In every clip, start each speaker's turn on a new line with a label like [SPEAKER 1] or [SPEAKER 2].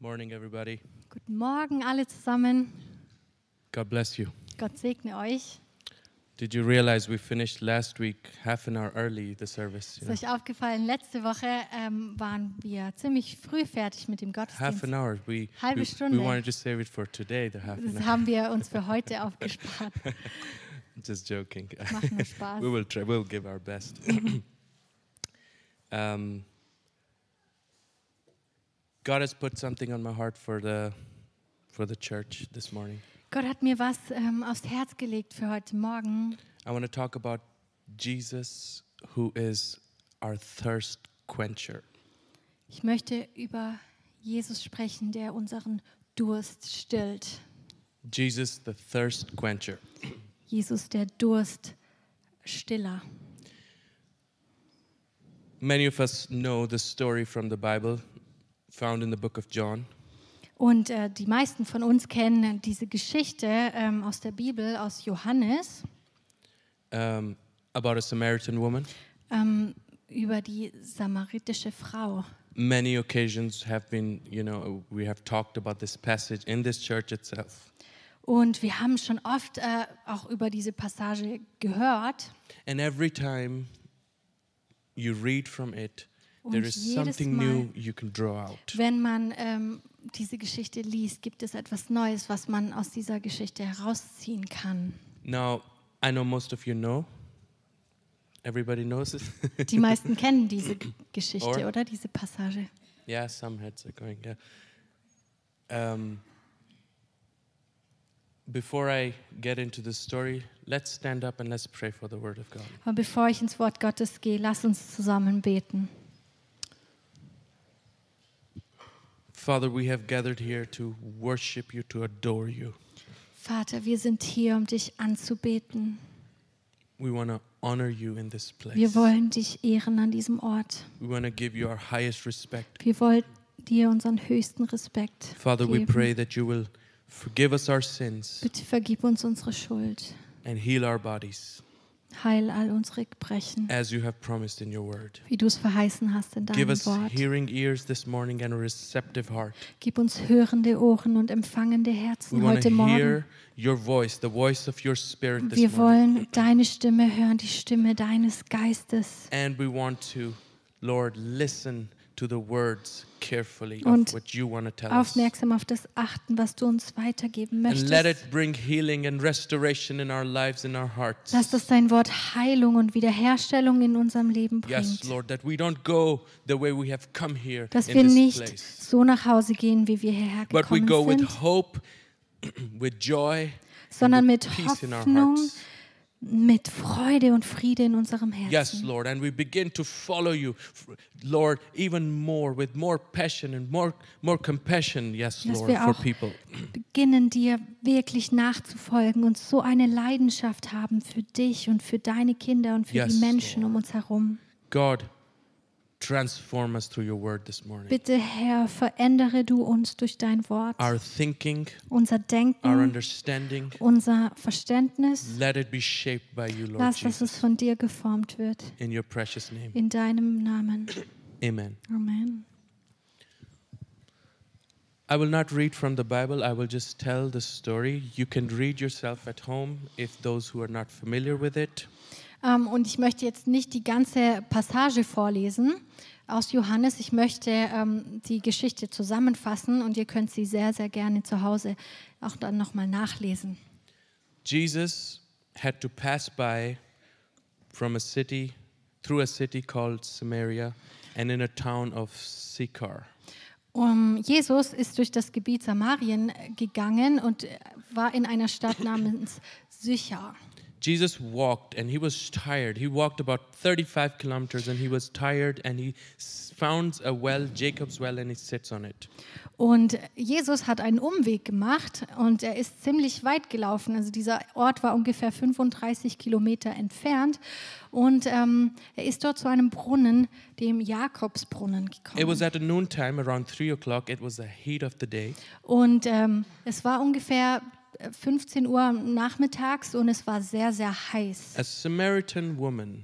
[SPEAKER 1] Morning, everybody.
[SPEAKER 2] Guten Morgen alle zusammen.
[SPEAKER 1] God bless you.
[SPEAKER 2] Gott segne euch.
[SPEAKER 1] Did you realize we finished last week half an hour early the service? you
[SPEAKER 2] Ist
[SPEAKER 1] know?
[SPEAKER 2] euch aufgefallen, letzte Woche ähm, waren wir ziemlich früh fertig mit dem
[SPEAKER 1] Half an
[SPEAKER 2] Gottesdienst.
[SPEAKER 1] hour. We, we,
[SPEAKER 2] Halbe
[SPEAKER 1] we
[SPEAKER 2] Stunde.
[SPEAKER 1] wanted to save it for today, the half an
[SPEAKER 2] Das
[SPEAKER 1] hour.
[SPEAKER 2] haben wir uns für heute aufgespart.
[SPEAKER 1] Just joking.
[SPEAKER 2] Macht nur Spaß.
[SPEAKER 1] we will try. We'll give our best. um, God has put something on my heart for the for the church this morning.
[SPEAKER 2] Gott hat mir was ähm, aufs Herz gelegt für heute Morgen.
[SPEAKER 1] I want to talk about Jesus, who is our thirst quencher.
[SPEAKER 2] Ich möchte über Jesus sprechen, der unseren Durst stillt.
[SPEAKER 1] Jesus, the thirst quencher.
[SPEAKER 2] Jesus, der Durststiller.
[SPEAKER 1] Many of us know the story from the Bible found in the book of John.
[SPEAKER 2] Und äh, die meisten von uns kennen diese Geschichte ähm, aus der Bibel, aus Johannes.
[SPEAKER 1] um, about a Samaritan woman.
[SPEAKER 2] ähm, über die samaritische Frau.
[SPEAKER 1] Many occasions have been, you know, we have talked about this passage in this church itself.
[SPEAKER 2] Und wir haben schon oft äh, auch über diese Passage gehört.
[SPEAKER 1] And every time you read from it, there
[SPEAKER 2] Und
[SPEAKER 1] is
[SPEAKER 2] jedes
[SPEAKER 1] something
[SPEAKER 2] Mal-
[SPEAKER 1] new you can draw out.
[SPEAKER 2] Wenn man ähm, diese Geschichte liest, gibt es etwas Neues, was man aus dieser Geschichte herausziehen kann.
[SPEAKER 1] Now, I know most of you know. Everybody knows it.
[SPEAKER 2] Die meisten kennen diese G- Geschichte,
[SPEAKER 1] Or-
[SPEAKER 2] oder? Diese Passage.
[SPEAKER 1] yeah, some heads are going, yeah. Um, before I get into the story, let's stand up and let's pray for the word of God.
[SPEAKER 2] Aber bevor ich ins Wort Gottes gehe, lass uns zusammen beten.
[SPEAKER 1] Father, we have gathered here to worship you, to adore you.
[SPEAKER 2] Vater, wir sind hier, um dich anzubeten.
[SPEAKER 1] We want to honor you in this place.
[SPEAKER 2] Wir wollen dich ehren an diesem Ort.
[SPEAKER 1] We want to give you our highest respect.
[SPEAKER 2] Wir wollen dir unseren höchsten Respekt
[SPEAKER 1] Father, we
[SPEAKER 2] geben.
[SPEAKER 1] pray that you will forgive us our sins
[SPEAKER 2] Bitte vergib uns unsere Schuld.
[SPEAKER 1] and heal our bodies
[SPEAKER 2] Heil all unsere Gebrechen,
[SPEAKER 1] as you have promised in your word.
[SPEAKER 2] wie du es verheißen hast in
[SPEAKER 1] Give
[SPEAKER 2] deinem
[SPEAKER 1] us
[SPEAKER 2] Wort.
[SPEAKER 1] hearing ears this morning and a receptive heart.
[SPEAKER 2] Gib uns hörende Ohren und empfangende
[SPEAKER 1] We
[SPEAKER 2] Herzen
[SPEAKER 1] want
[SPEAKER 2] heute
[SPEAKER 1] to
[SPEAKER 2] Morgen.
[SPEAKER 1] hear your voice, the voice of your spirit this
[SPEAKER 2] Wir
[SPEAKER 1] morning.
[SPEAKER 2] wollen deine Stimme hören, die Stimme deines Geistes.
[SPEAKER 1] And we want to, Lord, listen to the words carefully
[SPEAKER 2] Und
[SPEAKER 1] of what you want to tell us.
[SPEAKER 2] Aufmerksam auf das achten, was du uns weitergeben
[SPEAKER 1] And let it
[SPEAKER 2] möchtest.
[SPEAKER 1] bring healing and restoration in our lives, in our hearts.
[SPEAKER 2] Lass, dass dein Wort Heilung und Wiederherstellung in unserem Leben
[SPEAKER 1] Yes,
[SPEAKER 2] bringt.
[SPEAKER 1] Lord, that we don't go the way we have come here
[SPEAKER 2] Dass
[SPEAKER 1] in
[SPEAKER 2] wir
[SPEAKER 1] this
[SPEAKER 2] nicht
[SPEAKER 1] place,
[SPEAKER 2] so nach Hause gehen, wie wir hierher
[SPEAKER 1] but we go
[SPEAKER 2] gekommen
[SPEAKER 1] with
[SPEAKER 2] sind,
[SPEAKER 1] hope, with joy,
[SPEAKER 2] sondern
[SPEAKER 1] and with
[SPEAKER 2] mit
[SPEAKER 1] peace in our
[SPEAKER 2] Hoffnung,
[SPEAKER 1] hearts.
[SPEAKER 2] mit Freude und Friede in unserem
[SPEAKER 1] Yes,
[SPEAKER 2] Herzen.
[SPEAKER 1] Lord, and we begin to follow you, f- Lord, even more with more passion and more more compassion. Yes,
[SPEAKER 2] Dass
[SPEAKER 1] Lord,
[SPEAKER 2] wir
[SPEAKER 1] for
[SPEAKER 2] auch
[SPEAKER 1] people.
[SPEAKER 2] beginnen dir wirklich nachzufolgen und so eine Leidenschaft haben für dich und für deine Kinder und für
[SPEAKER 1] Yes,
[SPEAKER 2] die Menschen
[SPEAKER 1] Lord.
[SPEAKER 2] um uns herum.
[SPEAKER 1] God, transform us through your word this morning.
[SPEAKER 2] Bitte, Herr, verändere du uns durch dein Wort,
[SPEAKER 1] Our thinking,
[SPEAKER 2] unser
[SPEAKER 1] our
[SPEAKER 2] Denken,
[SPEAKER 1] understanding,
[SPEAKER 2] unser Verständnis.
[SPEAKER 1] let it be shaped by you, Lord
[SPEAKER 2] Lass, dass
[SPEAKER 1] Jesus.
[SPEAKER 2] es von dir geformt wird.
[SPEAKER 1] In your precious name.
[SPEAKER 2] In deinem Namen.
[SPEAKER 1] Amen.
[SPEAKER 2] Amen.
[SPEAKER 1] I will not read from the Bible. I will just tell the story. You can read yourself at home if those who are not familiar with it.
[SPEAKER 2] Ähm, und ich möchte jetzt nicht die ganze Passage vorlesen aus Johannes. Ich möchte ähm, die Geschichte zusammenfassen und ihr könnt sie sehr, sehr gerne zu Hause auch dann nochmal nachlesen.
[SPEAKER 1] Jesus had to pass by from a city, through a city called Samaria, and in a town of Sychar.
[SPEAKER 2] Um, Jesus ist durch das Gebiet Samarien äh, gegangen und äh, war in einer Stadt namens Sychar.
[SPEAKER 1] Jesus walked and he was tired. He walked about 35 kilometers and he was tired and he s- founds a well, Jacob's well, and he sits on it.
[SPEAKER 2] Und Jesus hat einen Umweg gemacht und er ist ziemlich weit gelaufen. Also dieser Ort war ungefähr 35 Kilometer entfernt und ähm, er ist dort zu einem Brunnen, dem Jakobsbrunnen
[SPEAKER 1] It was
[SPEAKER 2] gekommen.
[SPEAKER 1] at a noontime, around 3 o'clock. It was the heat of the day.
[SPEAKER 2] Und ähm, es war ungefähr 15 Uhr nachmittags und es war sehr, sehr heiß.
[SPEAKER 1] a Samaritan woman.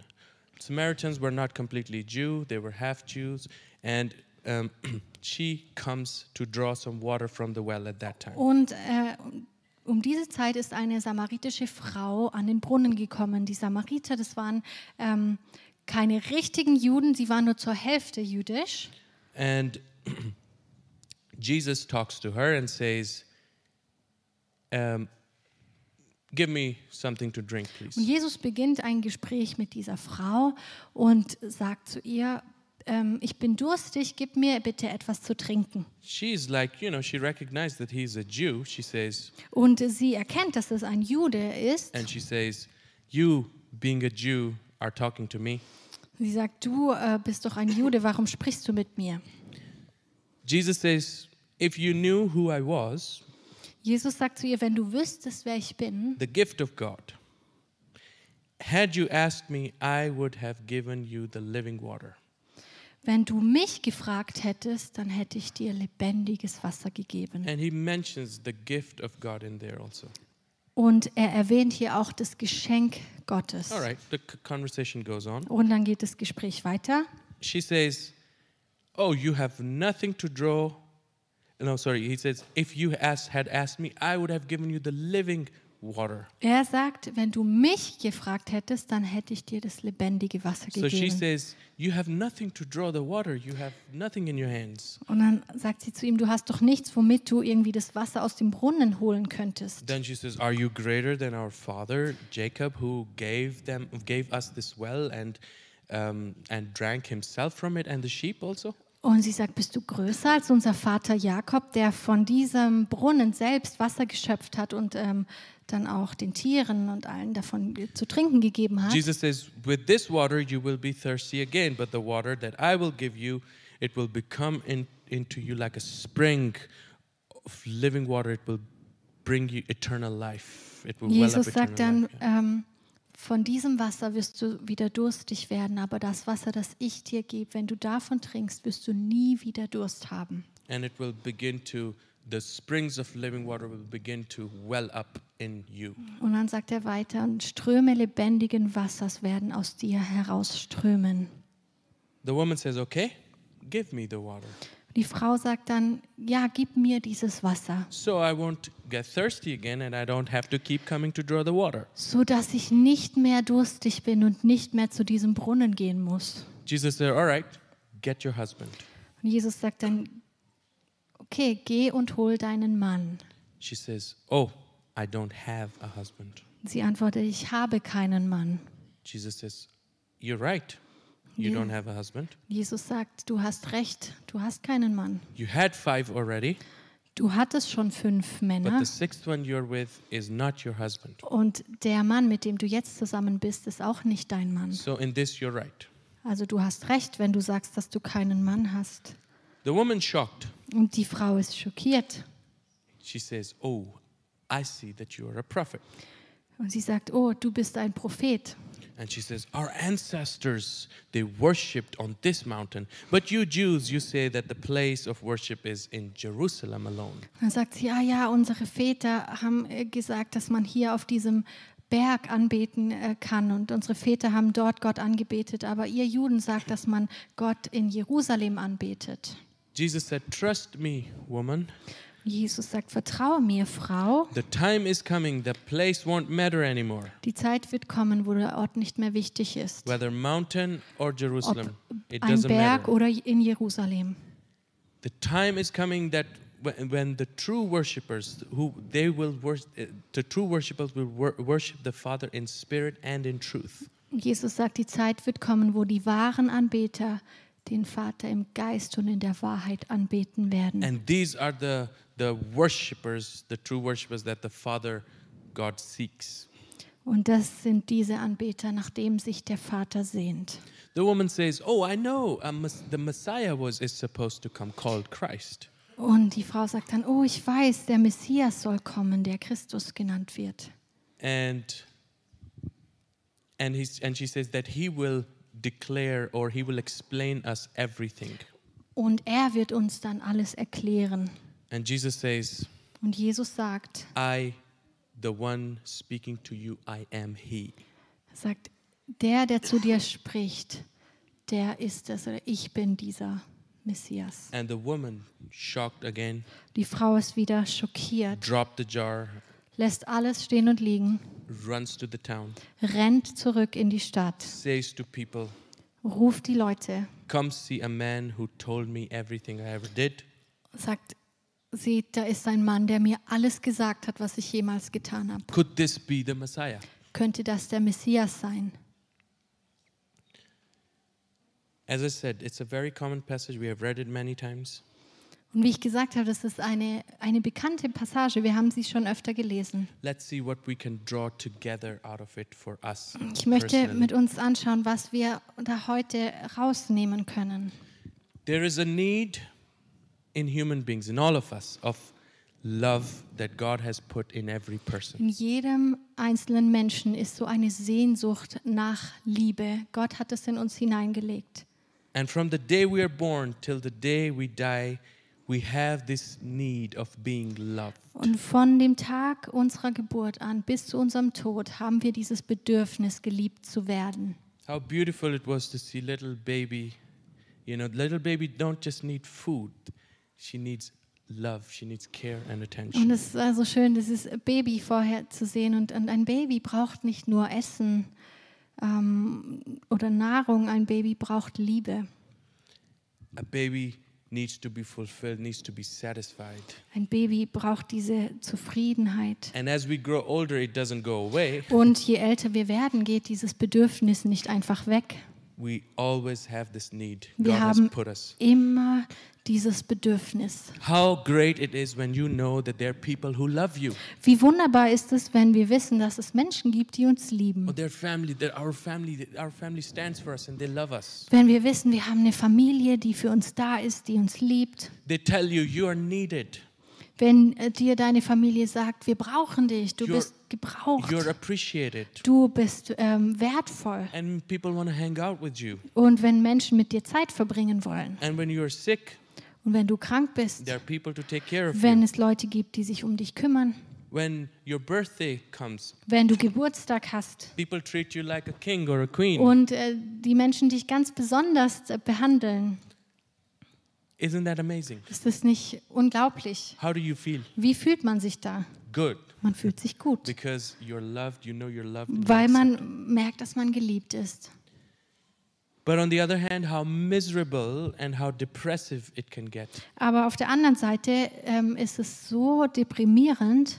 [SPEAKER 1] Samaritans were not completely Jew, they were half Jews, and um, she comes to draw some water from the well at that time.
[SPEAKER 2] Und äh, um diese Zeit ist eine samaritische Frau an den Brunnen gekommen. Die Samariter, das waren ähm, keine richtigen Juden, sie waren nur zur Hälfte jüdisch.
[SPEAKER 1] And Jesus talks to her and says, um, Give me something to drink, please.
[SPEAKER 2] Und Jesus beginnt ein Gespräch mit dieser Frau und sagt zu ihr, ähm, ich bin durstig, gib mir bitte etwas zu trinken.
[SPEAKER 1] She's like, you know, she recognized that he's a Jew. She says,
[SPEAKER 2] Und sie erkennt, dass es ein Jude ist.
[SPEAKER 1] and she says, You, being a Jew, are talking to me.
[SPEAKER 2] Sie sagt, du äh, bist doch ein Jude, warum sprichst du mit mir?
[SPEAKER 1] Jesus says, If you knew who I was,
[SPEAKER 2] Jesus sagt zu ihr, wenn du wüsstest, wer ich bin,
[SPEAKER 1] the gift of God, had you asked me, I would have given you the living water.
[SPEAKER 2] wenn du mich gefragt hättest, dann hätte ich dir lebendiges Wasser gegeben.
[SPEAKER 1] And he mentions the gift of God in there also.
[SPEAKER 2] Und er erwähnt hier auch das Geschenk Gottes.
[SPEAKER 1] All right, the c- conversation goes on.
[SPEAKER 2] Und dann geht das Gespräch weiter.
[SPEAKER 1] She says, Oh, you have nothing to draw. No, sorry. He says, If you asked, had asked me, I would have given you the living water.
[SPEAKER 2] Er sagt, wenn du mich gefragt hättest, dann hätte ich dir das lebendige Wasser
[SPEAKER 1] So she
[SPEAKER 2] gegeben.
[SPEAKER 1] says, You have nothing to draw the water. You have nothing in your hands.
[SPEAKER 2] Und dann sagt sie zu ihm, du hast doch nichts, womit du irgendwie das Wasser aus dem Brunnen holen könntest.
[SPEAKER 1] Then she says, Are you greater than our father Jacob, who gave them gave us this well and um, and drank himself from it and the sheep also?
[SPEAKER 2] Und sie sagt, bist du größer als unser Vater Jakob, der von diesem Brunnen selbst Wasser geschöpft hat und ähm, dann auch den Tieren und allen davon ge- zu trinken gegeben hat?
[SPEAKER 1] Jesus says, With this water you will be thirsty again, but the water that I will give you, it will become in, into you like a spring of living water. It will bring you eternal life. It will well up
[SPEAKER 2] Jesus
[SPEAKER 1] eternal
[SPEAKER 2] sagt dann,
[SPEAKER 1] life. Yeah.
[SPEAKER 2] ähm, von diesem Wasser wirst du wieder durstig werden, aber das Wasser, das ich dir gebe, wenn du davon trinkst, wirst du nie wieder Durst haben.
[SPEAKER 1] And it will begin to, the springs of living water will begin to well up in you.
[SPEAKER 2] Und dann sagt er weiter, und Ströme lebendigen Wassers werden aus dir herausströmen.
[SPEAKER 1] The woman says, Okay, give me the water.
[SPEAKER 2] Die Frau sagt dann, ja, gib mir dieses Wasser,
[SPEAKER 1] So I won't get thirsty again and I don't have to keep coming to draw the water.
[SPEAKER 2] so dass ich nicht mehr durstig bin und nicht mehr zu diesem Brunnen gehen muss.
[SPEAKER 1] Jesus said, All right, get your husband.
[SPEAKER 2] Und Jesus sagt dann, okay, geh und hol deinen Mann.
[SPEAKER 1] She says, Oh, I don't have a husband.
[SPEAKER 2] Sie antwortet, ich habe keinen Mann.
[SPEAKER 1] Jesus says, You're right. You
[SPEAKER 2] Yeah.
[SPEAKER 1] don't have a husband.
[SPEAKER 2] Jesus sagt, du hast recht, du hast keinen Mann.
[SPEAKER 1] You had five already,
[SPEAKER 2] Du hattest schon fünf
[SPEAKER 1] but
[SPEAKER 2] Männer
[SPEAKER 1] the sixth one you're with is not your husband.
[SPEAKER 2] und der Mann, mit dem du jetzt zusammen bist, ist auch nicht dein Mann.
[SPEAKER 1] So in this, you're right.
[SPEAKER 2] Also du hast recht, wenn du sagst, dass du keinen Mann hast.
[SPEAKER 1] The woman shocked.
[SPEAKER 2] Und die Frau ist schockiert
[SPEAKER 1] She says, Oh, I see that you are a prophet.
[SPEAKER 2] und sie sagt, oh, du bist ein Prophet.
[SPEAKER 1] And she says, Our ancestors, they worshipped on this mountain. But you Jews, you say that the place of worship is in Jerusalem alone.
[SPEAKER 2] Dann sagt sie, ah ja, unsere Väter haben äh, gesagt, dass man hier auf diesem Berg anbeten äh, kann und unsere Väter haben dort Gott angebetet, aber ihr Juden sagt, dass man Gott in Jerusalem anbetet.
[SPEAKER 1] Jesus said, Trust me, woman.
[SPEAKER 2] Jesus sagt, vertraue mir, Frau,
[SPEAKER 1] The time is coming, the place won't matter anymore.
[SPEAKER 2] die Zeit wird kommen, wo der Ort nicht mehr wichtig ist.
[SPEAKER 1] Whether mountain or
[SPEAKER 2] Ob
[SPEAKER 1] Jerusalem, it
[SPEAKER 2] ein
[SPEAKER 1] doesn't
[SPEAKER 2] Berg
[SPEAKER 1] matter.
[SPEAKER 2] oder in Jerusalem.
[SPEAKER 1] The time is coming that when, when the true worshippers, who they will worship, the true worshippers will wor- worship the Father in spirit and in truth.
[SPEAKER 2] Jesus sagt, die Zeit wird kommen, wo die wahren Anbeter den Vater im Geist und in der Wahrheit anbeten werden.
[SPEAKER 1] And these are the the worshippers, the true worshippers that the Father, God seeks.
[SPEAKER 2] Und das sind diese Anbeter, nach dem sich der Vater sehnt.
[SPEAKER 1] The woman says, "Oh, I know. a mes- the Messiah was is supposed to come, called Christ."
[SPEAKER 2] Und die Frau sagt dann, oh, ich weiß, der Messias soll kommen, der Christus genannt wird.
[SPEAKER 1] and and he's and she says that he will declare or he will explain us everything
[SPEAKER 2] Und er wird uns dann alles erklären.
[SPEAKER 1] and jesus says
[SPEAKER 2] Und Jesus sagt,
[SPEAKER 1] i the one speaking to you i am he
[SPEAKER 2] sagt, der, der zu dir spricht, der ist es oder ich bin dieser Messias.
[SPEAKER 1] And the woman, shocked again,
[SPEAKER 2] Die Frau ist wieder schockiert,
[SPEAKER 1] dropped the jar,
[SPEAKER 2] lässt alles stehen und liegen,
[SPEAKER 1] runs to the town,
[SPEAKER 2] rennt zurück in die Stadt,
[SPEAKER 1] says to people,
[SPEAKER 2] ruft die Leute,
[SPEAKER 1] Come see a man who told me everything I ever did.
[SPEAKER 2] sagt, seht, da ist ein Mann, der mir alles gesagt hat, was ich jemals getan habe.
[SPEAKER 1] Could this be the Messiah?
[SPEAKER 2] Könnte das der Messias sein?
[SPEAKER 1] As I said, it's a very common passage. We have read it many times.
[SPEAKER 2] Und wie ich gesagt habe, das ist eine, eine bekannte Passage. Wir haben sie schon öfter gelesen.
[SPEAKER 1] Let's see what we can draw together out of it for us.
[SPEAKER 2] Ich Mm, möchte
[SPEAKER 1] personally.
[SPEAKER 2] mit uns anschauen, was wir da heute rausnehmen können.
[SPEAKER 1] There is a need in human beings, in all of us, of love that God has put in every person.
[SPEAKER 2] In jedem einzelnen Menschen ist so eine Sehnsucht nach Liebe. Gott hat es in uns hineingelegt.
[SPEAKER 1] And from the day we are born till the day we die, we have this need of being loved.
[SPEAKER 2] Und von dem Tag unserer Geburt an bis zu unserem Tod haben wir dieses Bedürfnis, geliebt zu werden.
[SPEAKER 1] How beautiful it was to see little baby. You know, little baby don't just need food. She needs love. She needs care and
[SPEAKER 2] Und
[SPEAKER 1] attention.
[SPEAKER 2] es war so schön, dieses Baby vorher zu sehen. Und, und ein Baby braucht nicht nur Essen ähm, oder Nahrung, ein Baby braucht Liebe.
[SPEAKER 1] A baby needs to be fulfilled, needs to be satisfied.
[SPEAKER 2] Ein Baby braucht diese Zufriedenheit.
[SPEAKER 1] And as we grow older, it doesn't go away.
[SPEAKER 2] Und je älter wir werden, geht dieses Bedürfnis nicht einfach weg.
[SPEAKER 1] We always have this need
[SPEAKER 2] Wir
[SPEAKER 1] God has
[SPEAKER 2] haben-
[SPEAKER 1] put us.
[SPEAKER 2] Immer dieses Bedürfnis.
[SPEAKER 1] How great it is when you know that there are people who love you,
[SPEAKER 2] Wie wunderbar ist es, wenn wir wissen, dass es Menschen gibt, die uns
[SPEAKER 1] or
[SPEAKER 2] lieben.
[SPEAKER 1] their family, that our family, that our family stands for us and they love us.
[SPEAKER 2] Wenn wir wissen, wir haben eine Familie, die für uns da ist, die uns liebt.
[SPEAKER 1] They tell you you are needed,
[SPEAKER 2] Wenn äh, dir deine Familie sagt, wir brauchen dich, du
[SPEAKER 1] You're-
[SPEAKER 2] bist gebraucht,
[SPEAKER 1] you're appreciated,
[SPEAKER 2] du bist ähm, wertvoll.
[SPEAKER 1] and people want to hang out with you.
[SPEAKER 2] Und wenn Menschen mit dir Zeit verbringen wollen
[SPEAKER 1] And when you are sick,
[SPEAKER 2] und wenn du krank bist,
[SPEAKER 1] there are people to take care of
[SPEAKER 2] wenn
[SPEAKER 1] you.
[SPEAKER 2] es Leute gibt, die sich um dich kümmern,
[SPEAKER 1] When your birthday comes,
[SPEAKER 2] wenn du Geburtstag hast,
[SPEAKER 1] people treat you like a king or a queen.
[SPEAKER 2] und äh, die Menschen dich ganz besonders äh, behandeln.
[SPEAKER 1] Isn't that amazing?
[SPEAKER 2] Ist das nicht unglaublich?
[SPEAKER 1] How do you feel?
[SPEAKER 2] Wie fühlt man sich da?
[SPEAKER 1] Good,
[SPEAKER 2] Man fühlt sich gut,
[SPEAKER 1] because you're loved. You know you're loved. and you're
[SPEAKER 2] weil man merkt, dass man geliebt ist.
[SPEAKER 1] But on the other hand, how miserable and how depressive it can get
[SPEAKER 2] Aber auf der anderen Seite ähm, ist es so deprimierend,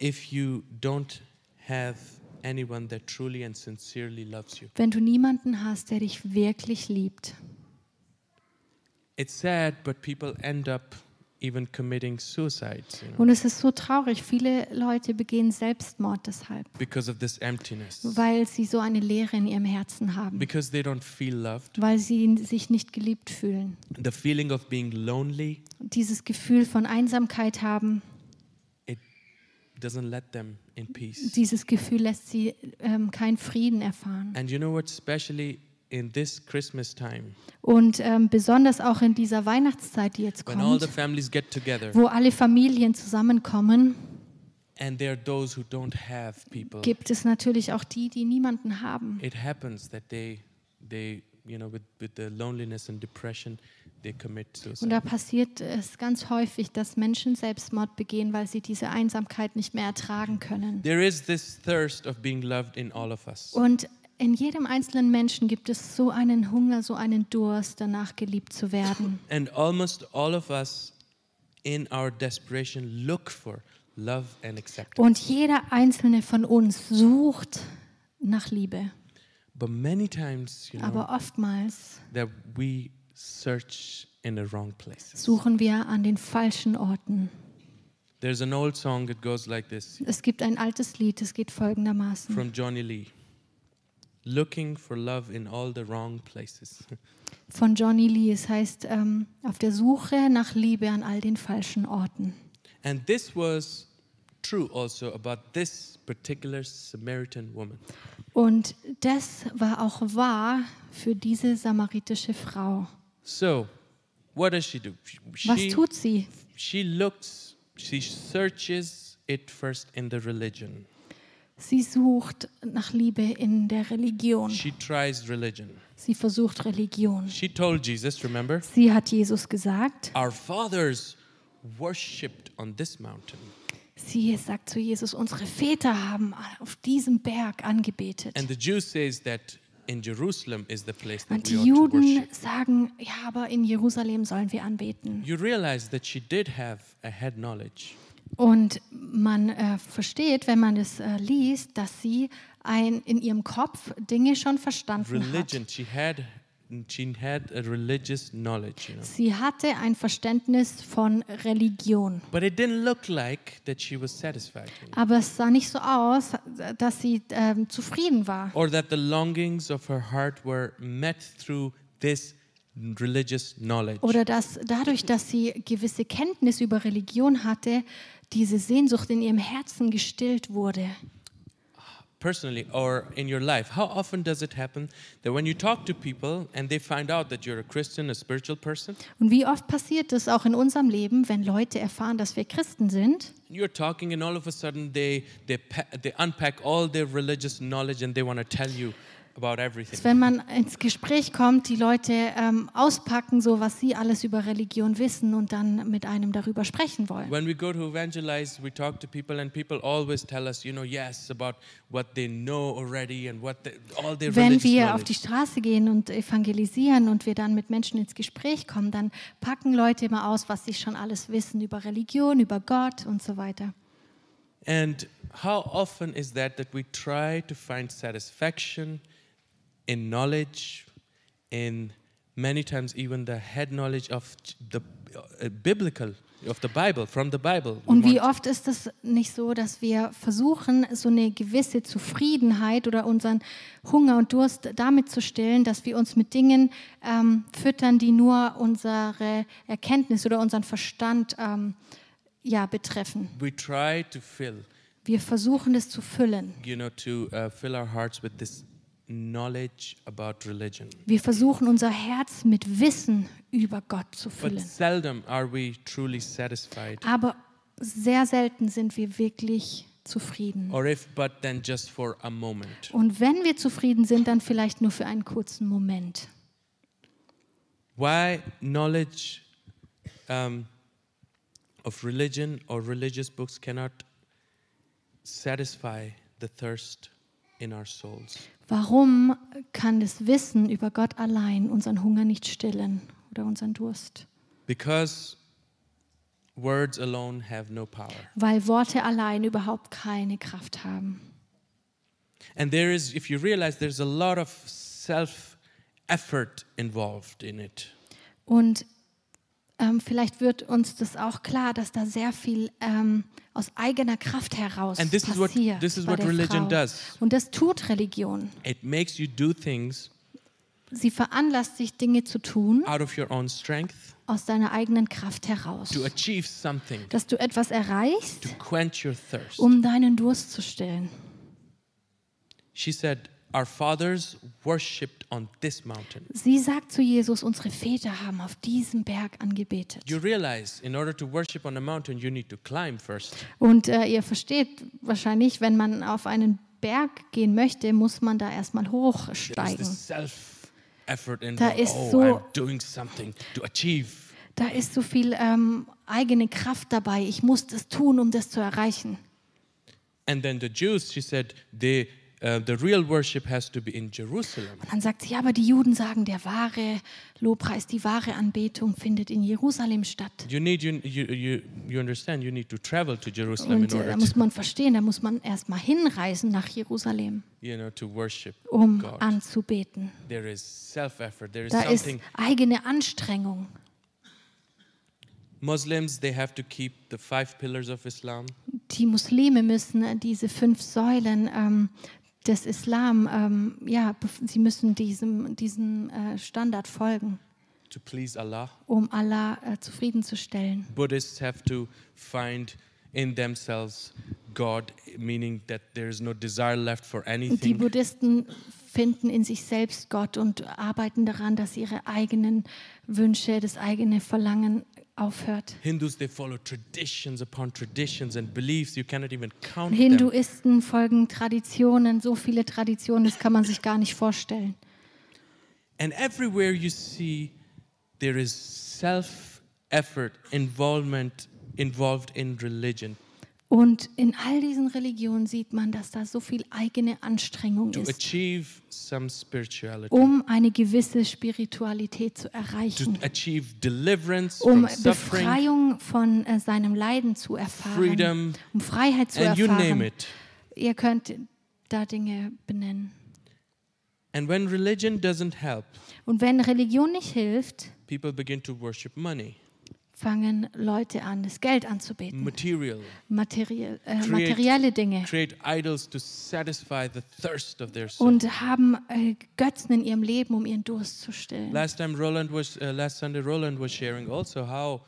[SPEAKER 1] if you don't have anyone that truly and sincerely loves you.
[SPEAKER 2] wenn du niemanden hast, der dich wirklich liebt.
[SPEAKER 1] It's sad, but people end up even committing suicides you know,
[SPEAKER 2] Und es ist so traurig, viele Leute begehen Selbstmord deshalb,
[SPEAKER 1] because of this emptiness,
[SPEAKER 2] weil sie so eine Leere in ihrem Herzen haben,
[SPEAKER 1] because they don't feel loved.
[SPEAKER 2] weil sie sich nicht geliebt fühlen,
[SPEAKER 1] The feeling of being lonely
[SPEAKER 2] dieses Gefühl von Einsamkeit haben,
[SPEAKER 1] it doesn't let them in peace.
[SPEAKER 2] dieses Gefühl lässt sie ähm, keinen Frieden erfahren.
[SPEAKER 1] And you know what? Especially in this Christmas time,
[SPEAKER 2] Und ähm, besonders auch in dieser Weihnachtszeit, die jetzt
[SPEAKER 1] when all the
[SPEAKER 2] kommt,
[SPEAKER 1] families get together,
[SPEAKER 2] wo alle Familien zusammenkommen,
[SPEAKER 1] and there are those who don't have people.
[SPEAKER 2] gibt es natürlich auch die, die niemanden haben.
[SPEAKER 1] it happens that they they you know with, with the loneliness and depression they commit
[SPEAKER 2] Und
[SPEAKER 1] suicide
[SPEAKER 2] da passiert es ganz häufig, dass Menschen Selbstmord begehen, weil sie diese Einsamkeit nicht mehr ertragen können.
[SPEAKER 1] there is this thirst of being loved in all of us
[SPEAKER 2] Und in jedem einzelnen Menschen gibt es so einen Hunger, so einen Durst, danach geliebt zu werden.
[SPEAKER 1] and almost all of us in our desperation look for love and acceptance
[SPEAKER 2] Und jeder einzelne von uns sucht nach Liebe.
[SPEAKER 1] but many times you know
[SPEAKER 2] Aber oftmals
[SPEAKER 1] that we search in the wrong places
[SPEAKER 2] suchen wir an den falschen Orten.
[SPEAKER 1] there's an old song that goes like this
[SPEAKER 2] Es gibt ein altes Lied, es geht folgendermaßen.
[SPEAKER 1] from johnny lee looking for love in all the wrong places
[SPEAKER 2] Von Johnny Lee. Es heißt, ähm, auf der Suche nach Liebe an all den falschen Orten.
[SPEAKER 1] And this was true also about this particular Samaritan woman.
[SPEAKER 2] Und das war auch wahr für diese samaritische Frau.
[SPEAKER 1] So, what does she do?
[SPEAKER 2] Was
[SPEAKER 1] She,
[SPEAKER 2] tut sie?
[SPEAKER 1] she looks, she searches it first in the religion.
[SPEAKER 2] Sie sucht nach Liebe in der Religion.
[SPEAKER 1] She tries religion.
[SPEAKER 2] Sie versucht Religion.
[SPEAKER 1] She told Jesus, remember,
[SPEAKER 2] Sie hat Jesus gesagt.
[SPEAKER 1] our fathers worshipped on this mountain,
[SPEAKER 2] Sie sagt zu Jesus, unsere Väter haben auf diesem Berg angebetet.
[SPEAKER 1] and the Jews says that in Jerusalem is the place that
[SPEAKER 2] Und
[SPEAKER 1] we
[SPEAKER 2] die
[SPEAKER 1] ought to
[SPEAKER 2] Juden
[SPEAKER 1] worship.
[SPEAKER 2] sagen, ja, aber in Jerusalem sollen wir anbeten.
[SPEAKER 1] You realize that she did have a head knowledge.
[SPEAKER 2] Und man äh, versteht, wenn man das äh, liest, dass sie ein, in ihrem Kopf Dinge schon verstanden hat.
[SPEAKER 1] Religion. She had she had a religious knowledge, you know.
[SPEAKER 2] Sie hatte ein Verständnis von Religion.
[SPEAKER 1] But it didn't look like that she was satisfied, you know,
[SPEAKER 2] Aber es sah nicht so aus, dass sie ähm, zufrieden war.
[SPEAKER 1] or that the longings of her heart were met through this religious knowledge.
[SPEAKER 2] Oder dass dadurch, dass sie gewisse Kenntnis über Religion hatte, diese Sehnsucht in ihrem Herzen gestillt wurde.
[SPEAKER 1] personally or in your life how often does it happen that when you talk to people and they find out that you're a christian a spiritual person
[SPEAKER 2] Und wie oft passiert es auch in unserem Leben, wenn Leute erfahren, dass wir Christen sind?
[SPEAKER 1] you're talking and all of a sudden they they, pa- they unpack all their religious knowledge and they want to tell you about everything
[SPEAKER 2] Dass wenn man ins Gespräch kommt, die Leute ähm, auspacken, so was sie alles über Religion wissen und dann mit einem darüber sprechen wollen.
[SPEAKER 1] when we go to evangelize we talk to people and people always tell us you know yes about what they know already and what they, all their
[SPEAKER 2] Wenn
[SPEAKER 1] religious
[SPEAKER 2] wir auf
[SPEAKER 1] knowledge.
[SPEAKER 2] die Straße gehen und evangelisieren und wir dann mit Menschen ins Gespräch kommen, dann packen Leute immer aus, was sie schon alles wissen über Religion, über Gott und so weiter.
[SPEAKER 1] And how often is that that we try to find satisfaction in knowledge, in many times even the head knowledge of the uh, biblical, of the Bible, from the Bible? We
[SPEAKER 2] Und wie
[SPEAKER 1] want-
[SPEAKER 2] oft ist es nicht so, dass wir versuchen, so eine gewisse Zufriedenheit oder unseren Hunger und Durst damit zu stillen, dass wir uns mit Dingen ähm, füttern, die nur unsere Erkenntnis oder unseren Verstand ähm, ja, betreffen.
[SPEAKER 1] we try to fill,
[SPEAKER 2] Wir versuchen es zu füllen.
[SPEAKER 1] you know, to uh, fill our hearts with this knowledge about religion.
[SPEAKER 2] Wir versuchen unser Herz mit Wissen über Gott zu
[SPEAKER 1] But
[SPEAKER 2] füllen.
[SPEAKER 1] seldom are we truly satisfied.
[SPEAKER 2] Aber sehr selten sind wir wirklich zufrieden.
[SPEAKER 1] Or if but then just for a moment.
[SPEAKER 2] Und wenn wir zufrieden sind, dann vielleicht nur für einen kurzen Moment.
[SPEAKER 1] why knowledge um, of religion or religious books cannot satisfy the thirst in our souls.
[SPEAKER 2] Warum kann das Wissen über Gott allein unseren Hunger nicht stillen oder unseren Durst?
[SPEAKER 1] Because words alone have no power.
[SPEAKER 2] Weil Worte allein überhaupt keine Kraft haben.
[SPEAKER 1] And there is, if you realize, there's a lot of self effort involved in it.
[SPEAKER 2] Und ähm, vielleicht wird uns das auch klar, dass da sehr viel ähm, aus eigener Kraft heraus
[SPEAKER 1] And this is what-
[SPEAKER 2] passiert.
[SPEAKER 1] this is
[SPEAKER 2] bei
[SPEAKER 1] what
[SPEAKER 2] der
[SPEAKER 1] religion
[SPEAKER 2] Frau.
[SPEAKER 1] does.
[SPEAKER 2] Und das tut Religion.
[SPEAKER 1] It makes you do things
[SPEAKER 2] Sie veranlasst dich, Dinge zu tun
[SPEAKER 1] out of your own strength
[SPEAKER 2] aus deiner eigenen Kraft heraus.
[SPEAKER 1] to achieve something,
[SPEAKER 2] Dass du etwas erreichst,
[SPEAKER 1] to quench your thirst.
[SPEAKER 2] um deinen Durst zu stillen.
[SPEAKER 1] She said, Our fathers worshipped on this mountain.
[SPEAKER 2] Sie sagt zu Jesus, unsere Väter haben auf diesem Berg angebetet.
[SPEAKER 1] You realize in order to worship on a mountain, you need to climb first.
[SPEAKER 2] Und äh, ihr versteht wahrscheinlich, wenn man auf einen Berg gehen möchte, muss man da erstmal
[SPEAKER 1] There's this
[SPEAKER 2] hochsteigen.
[SPEAKER 1] self effort and
[SPEAKER 2] Da ist
[SPEAKER 1] oh,
[SPEAKER 2] so-
[SPEAKER 1] I'm doing something to achieve.
[SPEAKER 2] Da ist so viel ähm, eigene Kraft dabei. Ich muss das tun, um das zu erreichen.
[SPEAKER 1] And then the Jews, she said, they, uh, the real worship has to be in Jerusalem.
[SPEAKER 2] Und dann sagt sie, ja, aber die Juden sagen, der wahre Lobpreis, die wahre Anbetung findet in Jerusalem statt.
[SPEAKER 1] You need, you, you, you, you understand, you need to travel to Jerusalem in
[SPEAKER 2] Und äh,
[SPEAKER 1] order
[SPEAKER 2] da
[SPEAKER 1] to,
[SPEAKER 2] muss man verstehen, da muss man erstmal hinreisen nach Jerusalem,
[SPEAKER 1] you know, to worship
[SPEAKER 2] um
[SPEAKER 1] God.
[SPEAKER 2] anzubeten.
[SPEAKER 1] There is self effort. There is
[SPEAKER 2] Da ist
[SPEAKER 1] something.
[SPEAKER 2] eigene Anstrengung.
[SPEAKER 1] Muslims, they have to keep the five pillars of Islam.
[SPEAKER 2] die Muslime müssen äh, diese fünf Säulen ähm, des Islam, ähm, ja, bef- sie müssen diesem, diesem äh, Standard folgen,
[SPEAKER 1] to please Allah.
[SPEAKER 2] um Allah äh, zufriedenzustellen.
[SPEAKER 1] Buddhists have to find in themselves God, meaning that there is no desire left for
[SPEAKER 2] Die
[SPEAKER 1] anything.
[SPEAKER 2] Buddhisten finden in sich selbst Gott und arbeiten daran, dass ihre eigenen Wünsche, das eigene Verlangen aufhört.
[SPEAKER 1] Hindus, they follow traditions upon traditions and beliefs. You cannot even count them.
[SPEAKER 2] Hinduisten folgen Traditionen, so viele Traditionen, das kann man sich gar nicht vorstellen.
[SPEAKER 1] And everywhere you see, there is self effort, involvement involved in religion
[SPEAKER 2] Und in all diesen Religionen sieht man, dass da so viel eigene Anstrengung
[SPEAKER 1] to
[SPEAKER 2] ist,
[SPEAKER 1] achieve some spirituality,
[SPEAKER 2] um eine gewisse Spiritualität zu
[SPEAKER 1] to
[SPEAKER 2] erreichen,
[SPEAKER 1] achieve deliverance
[SPEAKER 2] um
[SPEAKER 1] äh, from suffering,
[SPEAKER 2] Befreiung von äh, seinem Leiden zu erfahren,
[SPEAKER 1] freedom,
[SPEAKER 2] um Freiheit zu
[SPEAKER 1] and you name
[SPEAKER 2] erfahren.
[SPEAKER 1] it.
[SPEAKER 2] Ihr könnt da Dinge benennen.
[SPEAKER 1] And when religion doesn't help,
[SPEAKER 2] Und wenn Religion nicht hilft,
[SPEAKER 1] people begin to worship money,
[SPEAKER 2] fangen Leute an, das Geld anzubeten,
[SPEAKER 1] material,
[SPEAKER 2] Materiell, äh,
[SPEAKER 1] Mm. Create-
[SPEAKER 2] materielle Dinge
[SPEAKER 1] create idols to satisfy the thirst of
[SPEAKER 2] Um,
[SPEAKER 1] their soul.
[SPEAKER 2] und haben äh, Götzen in ihrem Leben, um ihren Durst zu stillen.
[SPEAKER 1] Last time Roland was uh, last Sunday Roland was sharing also how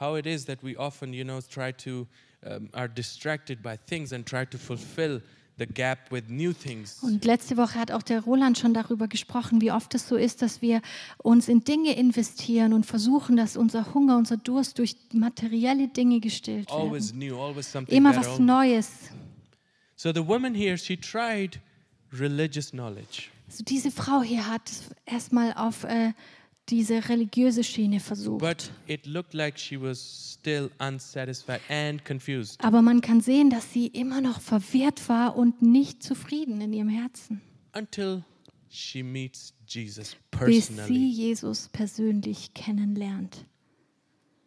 [SPEAKER 1] how it is that we often you know try to um, are distracted by things and try to fulfill the gap with new things.
[SPEAKER 2] Und letzte Woche hat auch der Roland schon darüber gesprochen, wie oft es so ist, dass wir uns in Dinge investieren und versuchen, dass unser Hunger, unser Durst durch materielle Dinge gestillt wird.
[SPEAKER 1] Always new, always something
[SPEAKER 2] Immer
[SPEAKER 1] better.
[SPEAKER 2] was Neues.
[SPEAKER 1] So the woman here she tried religious knowledge.
[SPEAKER 2] Also diese Frau hier hat es erstmal auf äh, diese religiöse Schiene versucht.
[SPEAKER 1] But it looked like she was still unsatisfied and confused.
[SPEAKER 2] Aber man kann sehen, dass sie immer noch verwirrt war und nicht zufrieden in ihrem Herzen,
[SPEAKER 1] until she meets Jesus
[SPEAKER 2] bis sie
[SPEAKER 1] personally.
[SPEAKER 2] Jesus persönlich kennenlernt.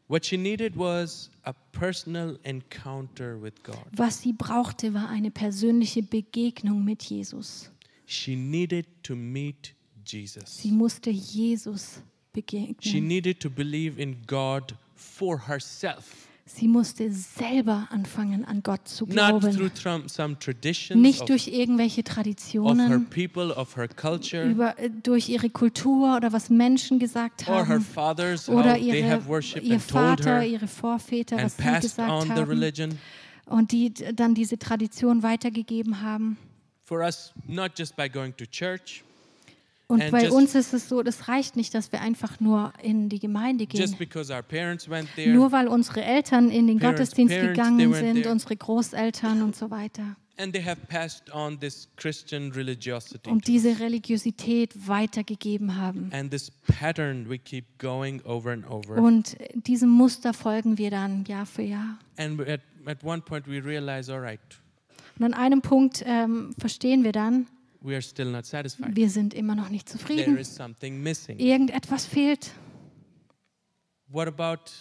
[SPEAKER 1] What she needed was a personal encounter with God.
[SPEAKER 2] Was sie brauchte, war eine persönliche Begegnung mit Jesus.
[SPEAKER 1] She needed to meet
[SPEAKER 2] Sie
[SPEAKER 1] Jesus.
[SPEAKER 2] musste Jesus
[SPEAKER 1] She
[SPEAKER 2] begegnen.
[SPEAKER 1] needed to believe in God for herself,
[SPEAKER 2] Sie musste selber anfangen, an Gott zu
[SPEAKER 1] not through
[SPEAKER 2] glauben.
[SPEAKER 1] tr- some traditions
[SPEAKER 2] Nicht
[SPEAKER 1] of,
[SPEAKER 2] durch irgendwelche
[SPEAKER 1] of her
[SPEAKER 2] Traditionen,
[SPEAKER 1] people, of her culture,
[SPEAKER 2] über, äh, durch ihre Kultur oder was Menschen gesagt
[SPEAKER 1] or her
[SPEAKER 2] haben.
[SPEAKER 1] fathers, how
[SPEAKER 2] Oder
[SPEAKER 1] they
[SPEAKER 2] ihre,
[SPEAKER 1] have worshipped
[SPEAKER 2] ihr
[SPEAKER 1] and told
[SPEAKER 2] Vater,
[SPEAKER 1] her
[SPEAKER 2] ihre Vorväter, was
[SPEAKER 1] and
[SPEAKER 2] sie
[SPEAKER 1] passed
[SPEAKER 2] gesagt
[SPEAKER 1] on the
[SPEAKER 2] haben.
[SPEAKER 1] religion.
[SPEAKER 2] und die d- dann diese Tradition weitergegeben haben.
[SPEAKER 1] For us, not just by going to church,
[SPEAKER 2] Und
[SPEAKER 1] And
[SPEAKER 2] bei
[SPEAKER 1] just-
[SPEAKER 2] uns ist es so, das reicht nicht, dass wir einfach nur in die Gemeinde gehen.
[SPEAKER 1] just because our parents went there,
[SPEAKER 2] Nur weil unsere Eltern in den
[SPEAKER 1] Parents-
[SPEAKER 2] Gottesdienst
[SPEAKER 1] parents, they
[SPEAKER 2] gegangen
[SPEAKER 1] weren't
[SPEAKER 2] sind,
[SPEAKER 1] there.
[SPEAKER 2] unsere Großeltern und so weiter.
[SPEAKER 1] And they have passed on this Christian religiosity.
[SPEAKER 2] Und
[SPEAKER 1] to us.
[SPEAKER 2] diese Religiosität weitergegeben haben.
[SPEAKER 1] and this pattern we keep going over and over.
[SPEAKER 2] Und diesem Muster folgen wir dann Jahr für Jahr.
[SPEAKER 1] and at, at one point we realize, all right,
[SPEAKER 2] Und an einem Punkt ähm, verstehen wir dann,
[SPEAKER 1] we are still not satisfied.
[SPEAKER 2] wir sind immer noch nicht
[SPEAKER 1] There
[SPEAKER 2] zufrieden.
[SPEAKER 1] is something missing.
[SPEAKER 2] Irgendetwas fehlt.
[SPEAKER 1] What about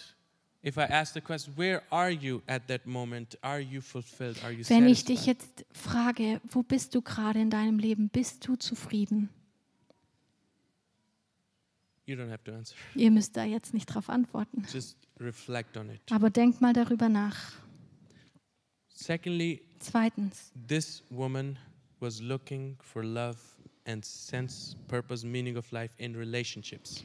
[SPEAKER 1] if I ask the question, where are you at that moment? Are you fulfilled? Are you
[SPEAKER 2] Wenn ich dich
[SPEAKER 1] satisfied?
[SPEAKER 2] jetzt frage, wo bist du gerade in deinem Leben? Bist du zufrieden?
[SPEAKER 1] You don't have to answer.
[SPEAKER 2] Ihr müsst da jetzt nicht drauf antworten.
[SPEAKER 1] Just reflect on it.
[SPEAKER 2] Aber denkt mal darüber nach.
[SPEAKER 1] Secondly,
[SPEAKER 2] Zweitens,
[SPEAKER 1] this woman was looking for love and sense, purpose, meaning of life in relationships.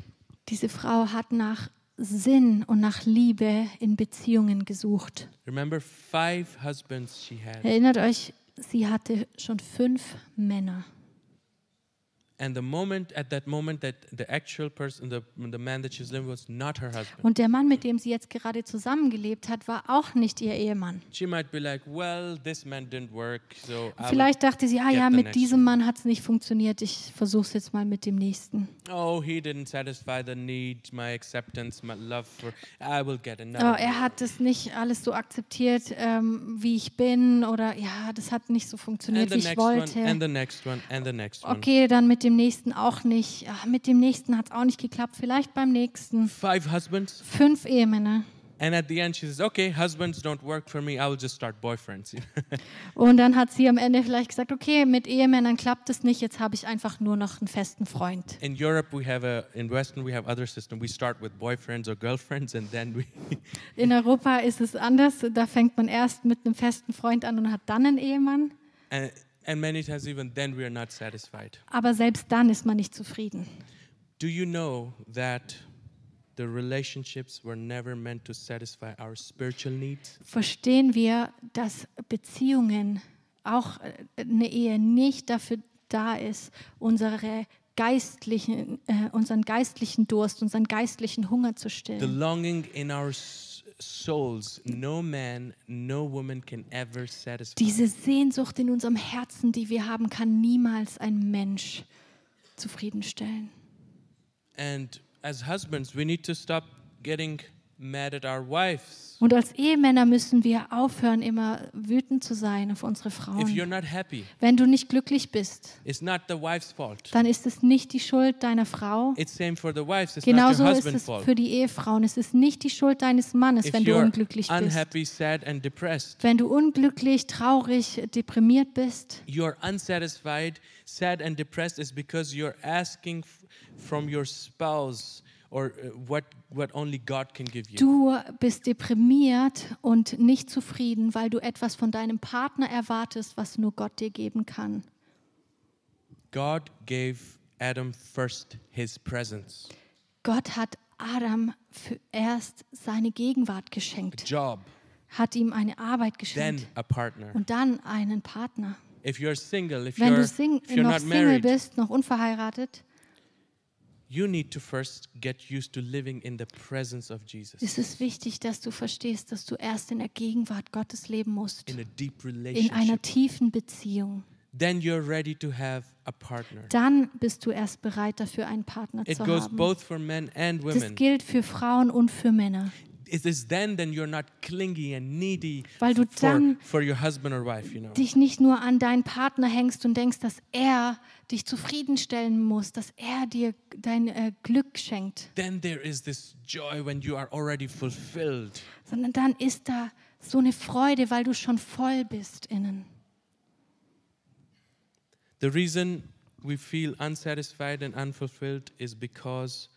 [SPEAKER 2] diese Frau hat nach Sinn und nach Liebe in Beziehungen gesucht.
[SPEAKER 1] Remember five husbands she had.
[SPEAKER 2] Erinnert euch, sie hatte schon fünf Männer.
[SPEAKER 1] And the moment at that moment that the actual person the the man that she's living with was not her husband.
[SPEAKER 2] Und der Mann, mit dem sie jetzt gerade zusammengelebt hat, war auch nicht ihr Ehemann.
[SPEAKER 1] She might be like, Well, this man didn't work, so I will,
[SPEAKER 2] Vielleicht dachte sie, ah ja, mit diesem Mann hat es nicht funktioniert, ich versuche es jetzt mal mit dem nächsten.
[SPEAKER 1] oh he didn't satisfy the need, my acceptance, my love for I will get another.
[SPEAKER 2] Oh,
[SPEAKER 1] man."
[SPEAKER 2] er hat das nicht alles so akzeptiert, ähm, wie ich bin, oder ja, das hat nicht so
[SPEAKER 1] and
[SPEAKER 2] funktioniert,
[SPEAKER 1] the
[SPEAKER 2] wie ich
[SPEAKER 1] next one, and
[SPEAKER 2] wollte.
[SPEAKER 1] the next one, and the next one.
[SPEAKER 2] Okay, dann mit dem nächsten auch nicht. Ah, mit dem nächsten hat es auch nicht geklappt, vielleicht beim nächsten.
[SPEAKER 1] Five husbands.
[SPEAKER 2] Fünf Ehemänner.
[SPEAKER 1] And at the end she says, Okay, husbands don't work for me, I will just start boyfriends.
[SPEAKER 2] Und dann hat sie am Ende vielleicht gesagt, okay, mit Ehemännern klappt es nicht, jetzt habe ich einfach nur noch einen festen Freund.
[SPEAKER 1] in Europe we have a in Western we have other system. We start with boyfriends or girlfriends and then we
[SPEAKER 2] In Europa ist es anders, da fängt man erst mit einem festen Freund an und hat dann einen Ehemann.
[SPEAKER 1] And, and many times, even then, we are not satisfied.
[SPEAKER 2] Aber selbst dann ist man nicht zufrieden.
[SPEAKER 1] Do you know that the relationships were never meant to satisfy our spiritual needs?
[SPEAKER 2] verstehen wir, dass Beziehungen, auch äh, eine Ehe, nicht dafür da ist, unsere geistlichen, äh, unseren geistlichen Durst, unseren geistlichen Hunger zu
[SPEAKER 1] the
[SPEAKER 2] stillen.
[SPEAKER 1] longing in our s- souls no man no woman can ever satisfy
[SPEAKER 2] Diese Sehnsucht in unserem Herzen, die wir haben, kann niemals ein Mensch zufriedenstellen.
[SPEAKER 1] and as husbands we need to stop getting mad at our wives
[SPEAKER 2] Und als Ehemänner müssen wir aufhören, immer wütend zu sein auf unsere
[SPEAKER 1] if you're
[SPEAKER 2] Frauen.
[SPEAKER 1] not happy
[SPEAKER 2] Wenn du nicht glücklich bist,
[SPEAKER 1] it's not the wife's fault
[SPEAKER 2] dann ist es nicht die Schuld deiner Frau.
[SPEAKER 1] it's same for the wives it's not
[SPEAKER 2] Genauso
[SPEAKER 1] your
[SPEAKER 2] ist
[SPEAKER 1] husband's
[SPEAKER 2] es
[SPEAKER 1] fault
[SPEAKER 2] für die Ehefrauen. Es ist nicht die Schuld deines Mannes,
[SPEAKER 1] if
[SPEAKER 2] wenn du
[SPEAKER 1] you're
[SPEAKER 2] unglücklich bist.
[SPEAKER 1] unhappy sad and depressed
[SPEAKER 2] Wenn du unglücklich, traurig, deprimiert bist,
[SPEAKER 1] you're unsatisfied sad and depressed is because you're asking f- from your spouse or uh, what what only god can give you
[SPEAKER 2] du bist deprimiert und nicht zufrieden, weil du etwas von deinem Partner erwartest, was nur Gott dir geben kann.
[SPEAKER 1] God gave Adam first his presence,
[SPEAKER 2] Gott hat Adam für erst seine Gegenwart
[SPEAKER 1] a
[SPEAKER 2] geschenkt,
[SPEAKER 1] job,
[SPEAKER 2] hat ihm eine Arbeit
[SPEAKER 1] then
[SPEAKER 2] geschenkt
[SPEAKER 1] a partner.
[SPEAKER 2] und dann einen Partner.
[SPEAKER 1] If you're single, if
[SPEAKER 2] Wenn
[SPEAKER 1] you're,
[SPEAKER 2] du sing
[SPEAKER 1] if you're
[SPEAKER 2] noch
[SPEAKER 1] not
[SPEAKER 2] Single
[SPEAKER 1] married,
[SPEAKER 2] bist, noch unverheiratet,
[SPEAKER 1] you need to first get used to living in the presence of Jesus
[SPEAKER 2] ist es wichtig, dass du verstehst, dass du erst in der Gegenwart Gottes leben musst,
[SPEAKER 1] in a deep
[SPEAKER 2] in einer
[SPEAKER 1] relationship.
[SPEAKER 2] tiefen Beziehung.
[SPEAKER 1] Then you're ready to have a partner.
[SPEAKER 2] Dann bist du erst bereit dafür, einen Partner
[SPEAKER 1] It
[SPEAKER 2] zu
[SPEAKER 1] goes
[SPEAKER 2] haben.
[SPEAKER 1] both for men and
[SPEAKER 2] Das
[SPEAKER 1] women.
[SPEAKER 2] gilt für Frauen und für Männer.
[SPEAKER 1] It is then then you're not clingy and needy
[SPEAKER 2] Weil du
[SPEAKER 1] f- for,
[SPEAKER 2] dann
[SPEAKER 1] for your husband or wife, you know.
[SPEAKER 2] Dich nicht nur an deinen Partner hängst und denkst, dass er dich zufriedenstellen muss, dass er dir dein äh, Glück schenkt,
[SPEAKER 1] Then there is this joy when you are already fulfilled.
[SPEAKER 2] sondern dann ist da so eine Freude, weil du schon voll bist innen.
[SPEAKER 1] The reason we feel unsatisfied and unfulfilled is because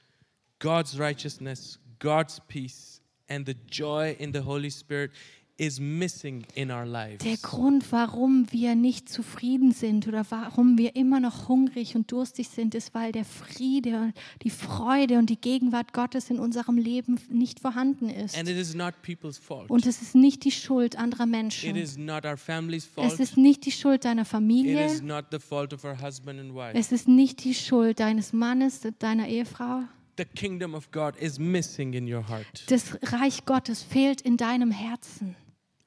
[SPEAKER 1] God's righteousness, God's peace, and the joy in the Holy Spirit is missing in our lives.
[SPEAKER 2] Der Grund, warum wir nicht zufrieden sind oder warum wir immer noch hungrig und durstig sind, ist, weil der Friede, und die Freude und die Gegenwart Gottes in unserem Leben nicht vorhanden ist.
[SPEAKER 1] And it is not people's fault.
[SPEAKER 2] Und es ist nicht die Schuld anderer
[SPEAKER 1] It
[SPEAKER 2] Menschen.
[SPEAKER 1] is not our family's fault.
[SPEAKER 2] Es ist nicht die Schuld deiner
[SPEAKER 1] It
[SPEAKER 2] Familie.
[SPEAKER 1] is not the fault of our husband and wife.
[SPEAKER 2] Es ist nicht die Schuld deines Mannes, deiner Ehefrau.
[SPEAKER 1] The kingdom of God is missing in your heart.
[SPEAKER 2] Das Reich Gottes fehlt in deinem Herzen.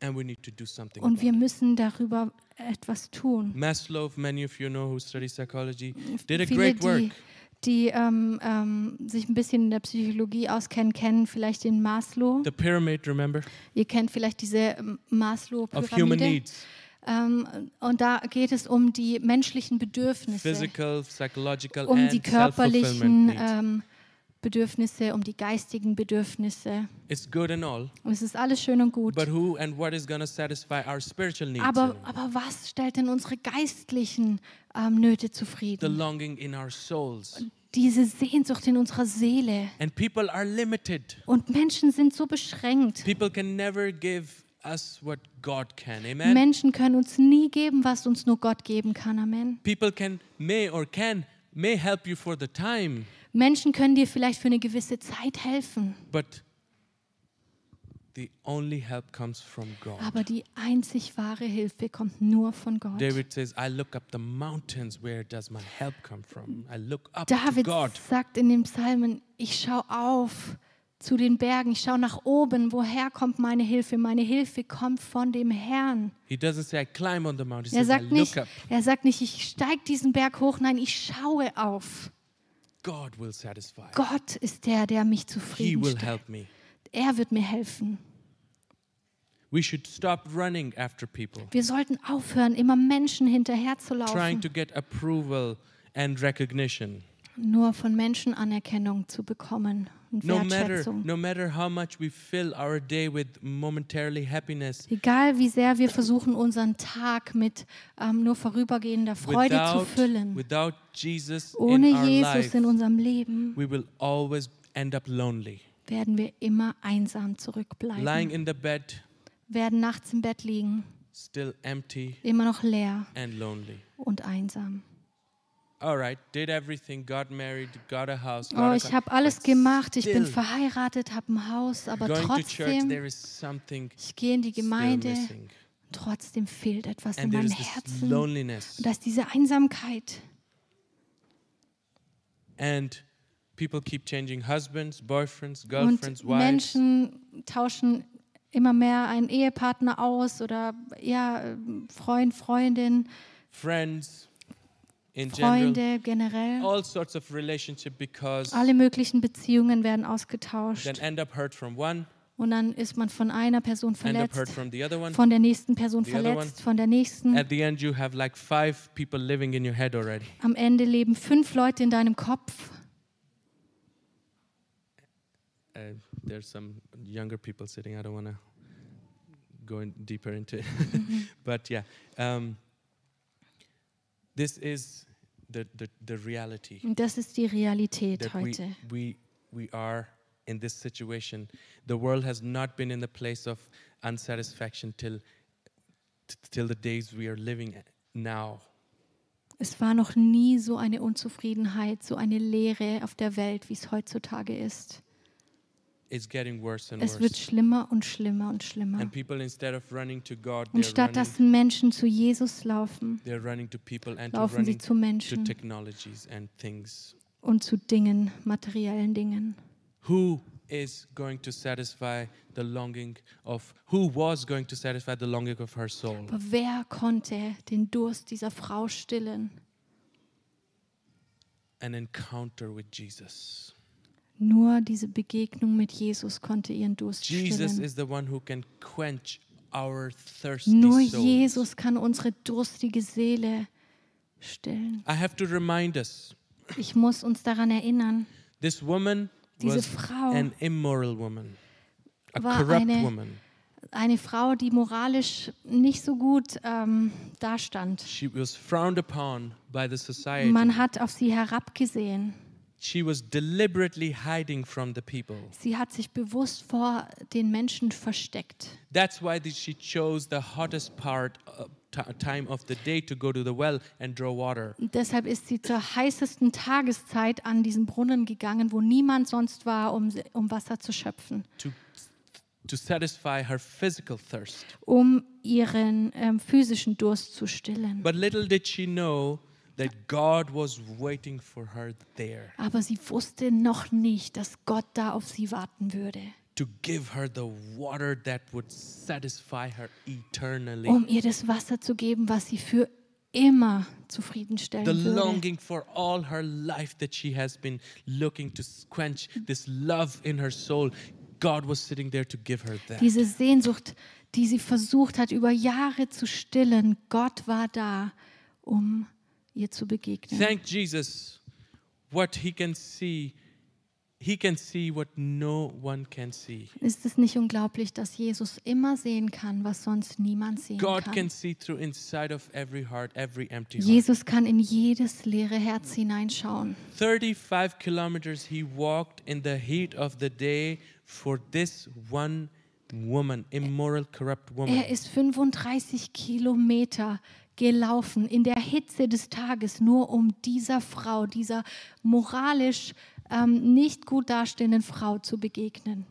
[SPEAKER 1] And we need to do something.
[SPEAKER 2] Und
[SPEAKER 1] About
[SPEAKER 2] wir
[SPEAKER 1] it.
[SPEAKER 2] müssen darüber etwas tun.
[SPEAKER 1] Maslow, many of you know who study psychology, did a
[SPEAKER 2] Viele,
[SPEAKER 1] great work.
[SPEAKER 2] die, die ähm, ähm, sich ein bisschen in der Psychologie auskennen, kennen vielleicht den Maslow.
[SPEAKER 1] The pyramid, remember?
[SPEAKER 2] Ihr kennt vielleicht diese ähm,
[SPEAKER 1] Of human
[SPEAKER 2] Maslow-Pyramide.
[SPEAKER 1] needs.
[SPEAKER 2] Ähm, und da geht es um die menschlichen Bedürfnisse,
[SPEAKER 1] physical, psychological,
[SPEAKER 2] um
[SPEAKER 1] and
[SPEAKER 2] die
[SPEAKER 1] self-fulfillment
[SPEAKER 2] körperlichen
[SPEAKER 1] needs.
[SPEAKER 2] ähm, Bedürfnisse, um die geistigen Bedürfnisse.
[SPEAKER 1] it's good and all,
[SPEAKER 2] Und es ist alles schön und gut.
[SPEAKER 1] but who and what is going to satisfy our spiritual needs? you
[SPEAKER 2] Aber,
[SPEAKER 1] know?
[SPEAKER 2] aber was stellt denn unsere geistlichen ähm, Nöte
[SPEAKER 1] The
[SPEAKER 2] zufrieden?
[SPEAKER 1] longing in our souls.
[SPEAKER 2] Diese Sehnsucht in unserer Seele.
[SPEAKER 1] And people are limited.
[SPEAKER 2] Und Menschen sind so beschränkt.
[SPEAKER 1] People can never give us what God can. Amen.
[SPEAKER 2] Menschen können uns nie geben, was uns nur Gott geben kann. Amen.
[SPEAKER 1] People can may or can may help you for the time,
[SPEAKER 2] Menschen können dir vielleicht für eine gewisse Zeit helfen,
[SPEAKER 1] but the only help comes from God.
[SPEAKER 2] aber die einzig wahre Hilfe kommt nur von Gott.
[SPEAKER 1] David says, I look up the mountains. Where does my help come from? I look up to
[SPEAKER 2] David
[SPEAKER 1] God.
[SPEAKER 2] sagt in dem Psalmen, ich schaue auf zu den Bergen, ich schaue nach oben, woher kommt meine Hilfe? Meine Hilfe kommt von dem Herrn.
[SPEAKER 1] He doesn't say, I climb on the mountain. He
[SPEAKER 2] Er
[SPEAKER 1] says, I
[SPEAKER 2] sagt nicht,
[SPEAKER 1] look up.
[SPEAKER 2] er sagt nicht ich steige diesen Berg hoch, nein, ich schaue auf.
[SPEAKER 1] God will satisfy.
[SPEAKER 2] Gott ist der, der mich
[SPEAKER 1] He will
[SPEAKER 2] zufriedenstellt.
[SPEAKER 1] help me.
[SPEAKER 2] Er wird mir helfen.
[SPEAKER 1] We should stop running after people,
[SPEAKER 2] Wir sollten aufhören, immer Menschen
[SPEAKER 1] trying
[SPEAKER 2] hinterherzulaufen,
[SPEAKER 1] to get approval and recognition.
[SPEAKER 2] nur von Menschen Anerkennung zu bekommen und
[SPEAKER 1] No matter,
[SPEAKER 2] Wertschätzung.
[SPEAKER 1] no matter how much we fill our day with momentarily happiness,
[SPEAKER 2] Egal wie sehr wir versuchen, unseren Tag mit ähm, nur vorübergehender Freude zu
[SPEAKER 1] without,
[SPEAKER 2] füllen,
[SPEAKER 1] without Jesus
[SPEAKER 2] ohne
[SPEAKER 1] in our
[SPEAKER 2] Jesus
[SPEAKER 1] life,
[SPEAKER 2] in unserem Leben,
[SPEAKER 1] we will always end up lonely.
[SPEAKER 2] werden wir immer einsam
[SPEAKER 1] Lying
[SPEAKER 2] zurückbleiben,
[SPEAKER 1] in the bed,
[SPEAKER 2] werden nachts im Bett liegen,
[SPEAKER 1] still empty
[SPEAKER 2] immer noch leer
[SPEAKER 1] and lonely.
[SPEAKER 2] und einsam.
[SPEAKER 1] All right, did everything, got married, got a house. Got
[SPEAKER 2] Oh,
[SPEAKER 1] a
[SPEAKER 2] ich
[SPEAKER 1] car,
[SPEAKER 2] habe alles
[SPEAKER 1] but
[SPEAKER 2] gemacht. Ich bin
[SPEAKER 1] still
[SPEAKER 2] verheiratet, habe ein Haus, aber
[SPEAKER 1] Going to church,
[SPEAKER 2] trotzdem,
[SPEAKER 1] there is something
[SPEAKER 2] ich gehe in die
[SPEAKER 1] still
[SPEAKER 2] Gemeinde,
[SPEAKER 1] missing.
[SPEAKER 2] trotzdem fehlt etwas in
[SPEAKER 1] And there
[SPEAKER 2] meinem
[SPEAKER 1] is this
[SPEAKER 2] Herzen. Und
[SPEAKER 1] loneliness.
[SPEAKER 2] da ist diese Einsamkeit.
[SPEAKER 1] And people keep changing husbands, boyfriends, girlfriends,
[SPEAKER 2] Und
[SPEAKER 1] wives.
[SPEAKER 2] Menschen tauschen immer mehr einen Ehepartner aus oder ja, ähm, Freund, Freundin,
[SPEAKER 1] friends in general
[SPEAKER 2] Freunde generell.
[SPEAKER 1] all sorts of relationship because
[SPEAKER 2] Alle möglichen Beziehungen werden
[SPEAKER 1] then
[SPEAKER 2] ausgetauscht
[SPEAKER 1] end up hurt from one
[SPEAKER 2] und dann ist man von einer Person
[SPEAKER 1] end up hurt
[SPEAKER 2] verletzt,
[SPEAKER 1] from the other one
[SPEAKER 2] von der nächsten Person
[SPEAKER 1] The other
[SPEAKER 2] verletzt, von der nächsten.
[SPEAKER 1] at the end you have like five people living in your head already
[SPEAKER 2] Am Ende leben fünf Leute in deinem Kopf.
[SPEAKER 1] uh, there's some younger people sitting i don't want to go in deeper into it but yeah um, this is the, the, the reality
[SPEAKER 2] Und das ist die Realität
[SPEAKER 1] that we,
[SPEAKER 2] heute.
[SPEAKER 1] we, we are in this situation. The world has not been in the place of unsatisfaction till, t- till the days we are living at now.
[SPEAKER 2] Es war noch nie so eine Unzufriedenheit, so eine Leere auf der Welt, wie es heutzutage ist.
[SPEAKER 1] It's getting worse and
[SPEAKER 2] Es wird
[SPEAKER 1] worse.
[SPEAKER 2] schlimmer und schlimmer und schlimmer.
[SPEAKER 1] And people, instead of running to God,
[SPEAKER 2] Und
[SPEAKER 1] they're,
[SPEAKER 2] statt
[SPEAKER 1] running,
[SPEAKER 2] dass Menschen zu Jesus laufen,
[SPEAKER 1] they're running to people and to
[SPEAKER 2] laufen sie
[SPEAKER 1] running
[SPEAKER 2] zu
[SPEAKER 1] to
[SPEAKER 2] Menschen
[SPEAKER 1] technologies and things.
[SPEAKER 2] und zu Dingen, materiellen Dingen.
[SPEAKER 1] Who is going to satisfy the longing of, who was going to satisfy the longing of her soul?
[SPEAKER 2] Aber wer konnte den Durst dieser Frau stillen?
[SPEAKER 1] An encounter with Jesus.
[SPEAKER 2] Nur diese Begegnung mit Jesus konnte ihren Durst
[SPEAKER 1] Jesus
[SPEAKER 2] stillen.
[SPEAKER 1] is the one who can quench our thirsty
[SPEAKER 2] Nur
[SPEAKER 1] souls.
[SPEAKER 2] Jesus kann unsere durstige Seele stillen.
[SPEAKER 1] I have to remind us
[SPEAKER 2] Ich muss uns daran erinnern,
[SPEAKER 1] this woman
[SPEAKER 2] Diese
[SPEAKER 1] was
[SPEAKER 2] Frau
[SPEAKER 1] an immoral woman, a
[SPEAKER 2] war
[SPEAKER 1] corrupt
[SPEAKER 2] eine-
[SPEAKER 1] woman.
[SPEAKER 2] eine Frau, die moralisch nicht so gut ähm, dastand.
[SPEAKER 1] She was frowned upon by the society.
[SPEAKER 2] Man hat auf sie herabgesehen.
[SPEAKER 1] She was deliberately hiding from the people.
[SPEAKER 2] Sie hat sich bewusst vor den Menschen versteckt.
[SPEAKER 1] That's why the- she chose the hottest part of ti- time of the day to go to the well and draw water.
[SPEAKER 2] Und deshalb ist sie zur heißesten Tageszeit an diesen Brunnen gegangen, wo niemand sonst war, um, um Wasser zu schöpfen,
[SPEAKER 1] To to satisfy her physical thirst.
[SPEAKER 2] um ihren ähm, physischen Durst zu stillen.
[SPEAKER 1] But little did she know that God was waiting for her there
[SPEAKER 2] Aber sie wusste noch nicht, dass Gott da auf sie warten würde,
[SPEAKER 1] to give her the water that would satisfy her eternally.
[SPEAKER 2] um ihr das Wasser zu geben, was sie für immer zufriedenstellen
[SPEAKER 1] the
[SPEAKER 2] würde.
[SPEAKER 1] longing for all her life that she has been looking to quench, this love in her soul, God was sitting there to give her that.
[SPEAKER 2] Diese Sehnsucht, die sie versucht hat, über Jahre zu stillen, Gott war da, um ihr zu begegnen.
[SPEAKER 1] Thank Jesus, what he can see, he can see what no one can see.
[SPEAKER 2] Ist es nicht unglaublich, dass Jesus immer sehen kann, was sonst niemand sehen
[SPEAKER 1] God can
[SPEAKER 2] kann?
[SPEAKER 1] see through inside of every heart, every empty heart.
[SPEAKER 2] Jesus kann in jedes leere Herz hineinschauen.
[SPEAKER 1] 35 kilometers he walked in the heat of the day for this one woman, immoral, corrupt woman.
[SPEAKER 2] Er ist 35 Kilometer gelaufen in der Hitze des Tages, nur um dieser Frau, dieser moralisch ähm, nicht gut dastehenden Frau zu begegnen.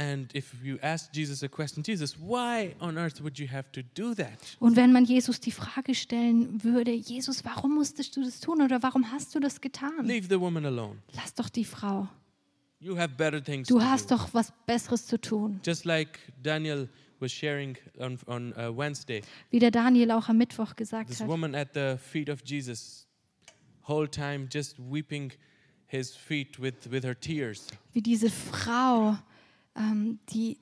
[SPEAKER 1] And if you ask Jesus a question, Jesus, why on earth would you have to do that?
[SPEAKER 2] Und wenn man Jesus die Frage stellen würde, Jesus, warum musstest du das tun oder warum hast du das getan?
[SPEAKER 1] Leave the woman alone.
[SPEAKER 2] Lass doch die Frau.
[SPEAKER 1] You have better things
[SPEAKER 2] Du
[SPEAKER 1] to
[SPEAKER 2] hast
[SPEAKER 1] do.
[SPEAKER 2] doch was Besseres zu tun.
[SPEAKER 1] Just like Daniel was sharing on, on uh, Wednesday,
[SPEAKER 2] wie der Daniel auch am Mittwoch gesagt
[SPEAKER 1] this
[SPEAKER 2] hat.
[SPEAKER 1] woman at the feet of Jesus, whole time just weeping his feet with, with her tears.
[SPEAKER 2] Wie diese Frau, ähm, die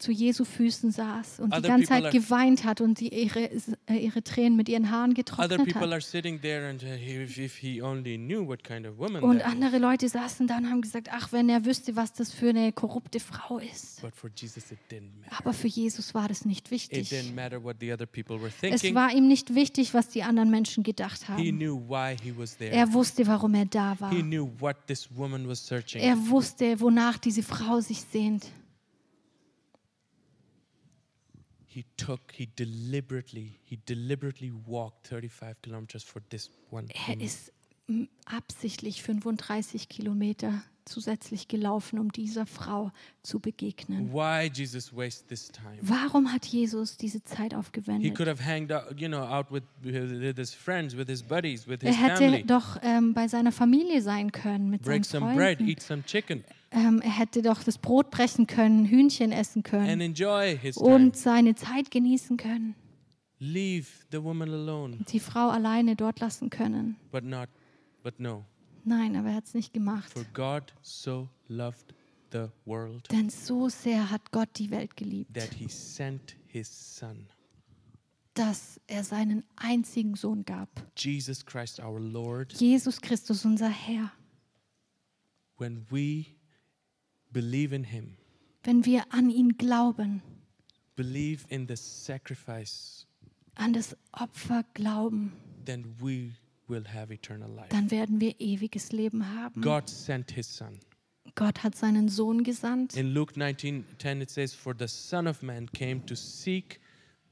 [SPEAKER 2] zu Jesu Füßen saß und die
[SPEAKER 1] Other
[SPEAKER 2] ganze
[SPEAKER 1] people
[SPEAKER 2] Zeit
[SPEAKER 1] are-
[SPEAKER 2] geweint hat und die ihre, äh, ihre Tränen mit ihren Haaren
[SPEAKER 1] Other
[SPEAKER 2] getrocknet
[SPEAKER 1] people
[SPEAKER 2] hat.
[SPEAKER 1] are sitting there, and uh, if, if he only knew what kind of woman
[SPEAKER 2] Und
[SPEAKER 1] that is.
[SPEAKER 2] andere Leute saßen da und haben gesagt, ach, wenn er wüsste, was das für eine korrupte Frau ist.
[SPEAKER 1] But for Jesus, it didn't matter.
[SPEAKER 2] Aber für Jesus war das nicht
[SPEAKER 1] It didn't
[SPEAKER 2] wichtig.
[SPEAKER 1] matter what the other people were
[SPEAKER 2] Es
[SPEAKER 1] thinking.
[SPEAKER 2] war ihm nicht wichtig, was die anderen Menschen gedacht
[SPEAKER 1] He
[SPEAKER 2] haben.
[SPEAKER 1] knew why he was there.
[SPEAKER 2] Er wusste, warum er da war.
[SPEAKER 1] He knew what this woman was searching.
[SPEAKER 2] Er wusste, wonach diese Frau sich sehnt.
[SPEAKER 1] he took, he deliberately, he deliberately walked 35 Mhm. kilometers for this one.
[SPEAKER 2] Er ist m, absichtlich 35 mm, Kilometer zusätzlich gelaufen, um dieser Frau zu begegnen.
[SPEAKER 1] Why Jesus waste this time?
[SPEAKER 2] Warum hat Jesus diese Zeit
[SPEAKER 1] He
[SPEAKER 2] aufgewendet?
[SPEAKER 1] could have hanged out, you know, out with, with his friends, with his buddies, with
[SPEAKER 2] Er
[SPEAKER 1] his
[SPEAKER 2] hätte
[SPEAKER 1] family.
[SPEAKER 2] doch ähm, bei seiner Familie sein können, mit
[SPEAKER 1] Break
[SPEAKER 2] seinen
[SPEAKER 1] some bread,
[SPEAKER 2] Freunden.
[SPEAKER 1] eat some chicken,
[SPEAKER 2] Ähm, er hätte doch das Brot brechen können, Hühnchen essen
[SPEAKER 1] and
[SPEAKER 2] können
[SPEAKER 1] enjoy his time.
[SPEAKER 2] und seine Zeit genießen können.
[SPEAKER 1] Leave the woman alone,
[SPEAKER 2] Die Frau alleine dort lassen können.
[SPEAKER 1] but not, but no.
[SPEAKER 2] Nein, aber er hat es nicht gemacht.
[SPEAKER 1] For God so loved the world
[SPEAKER 2] Denn so sehr hat Gott die Welt geliebt,
[SPEAKER 1] that he sent his son,
[SPEAKER 2] dass er seinen einzigen Sohn gab.
[SPEAKER 1] Jesus Christ our Lord.
[SPEAKER 2] Jesus Christus, unser Herr.
[SPEAKER 1] When we believe in him,
[SPEAKER 2] Wenn wir an ihn glauben,
[SPEAKER 1] believe in the sacrifice,
[SPEAKER 2] an das Opfer glauben,
[SPEAKER 1] then we will have eternal life.
[SPEAKER 2] dann werden wir ewiges Leben haben.
[SPEAKER 1] God sent his son.
[SPEAKER 2] Gott hat seinen Sohn gesandt.
[SPEAKER 1] In Luke 19:10 it says for the son of man came to seek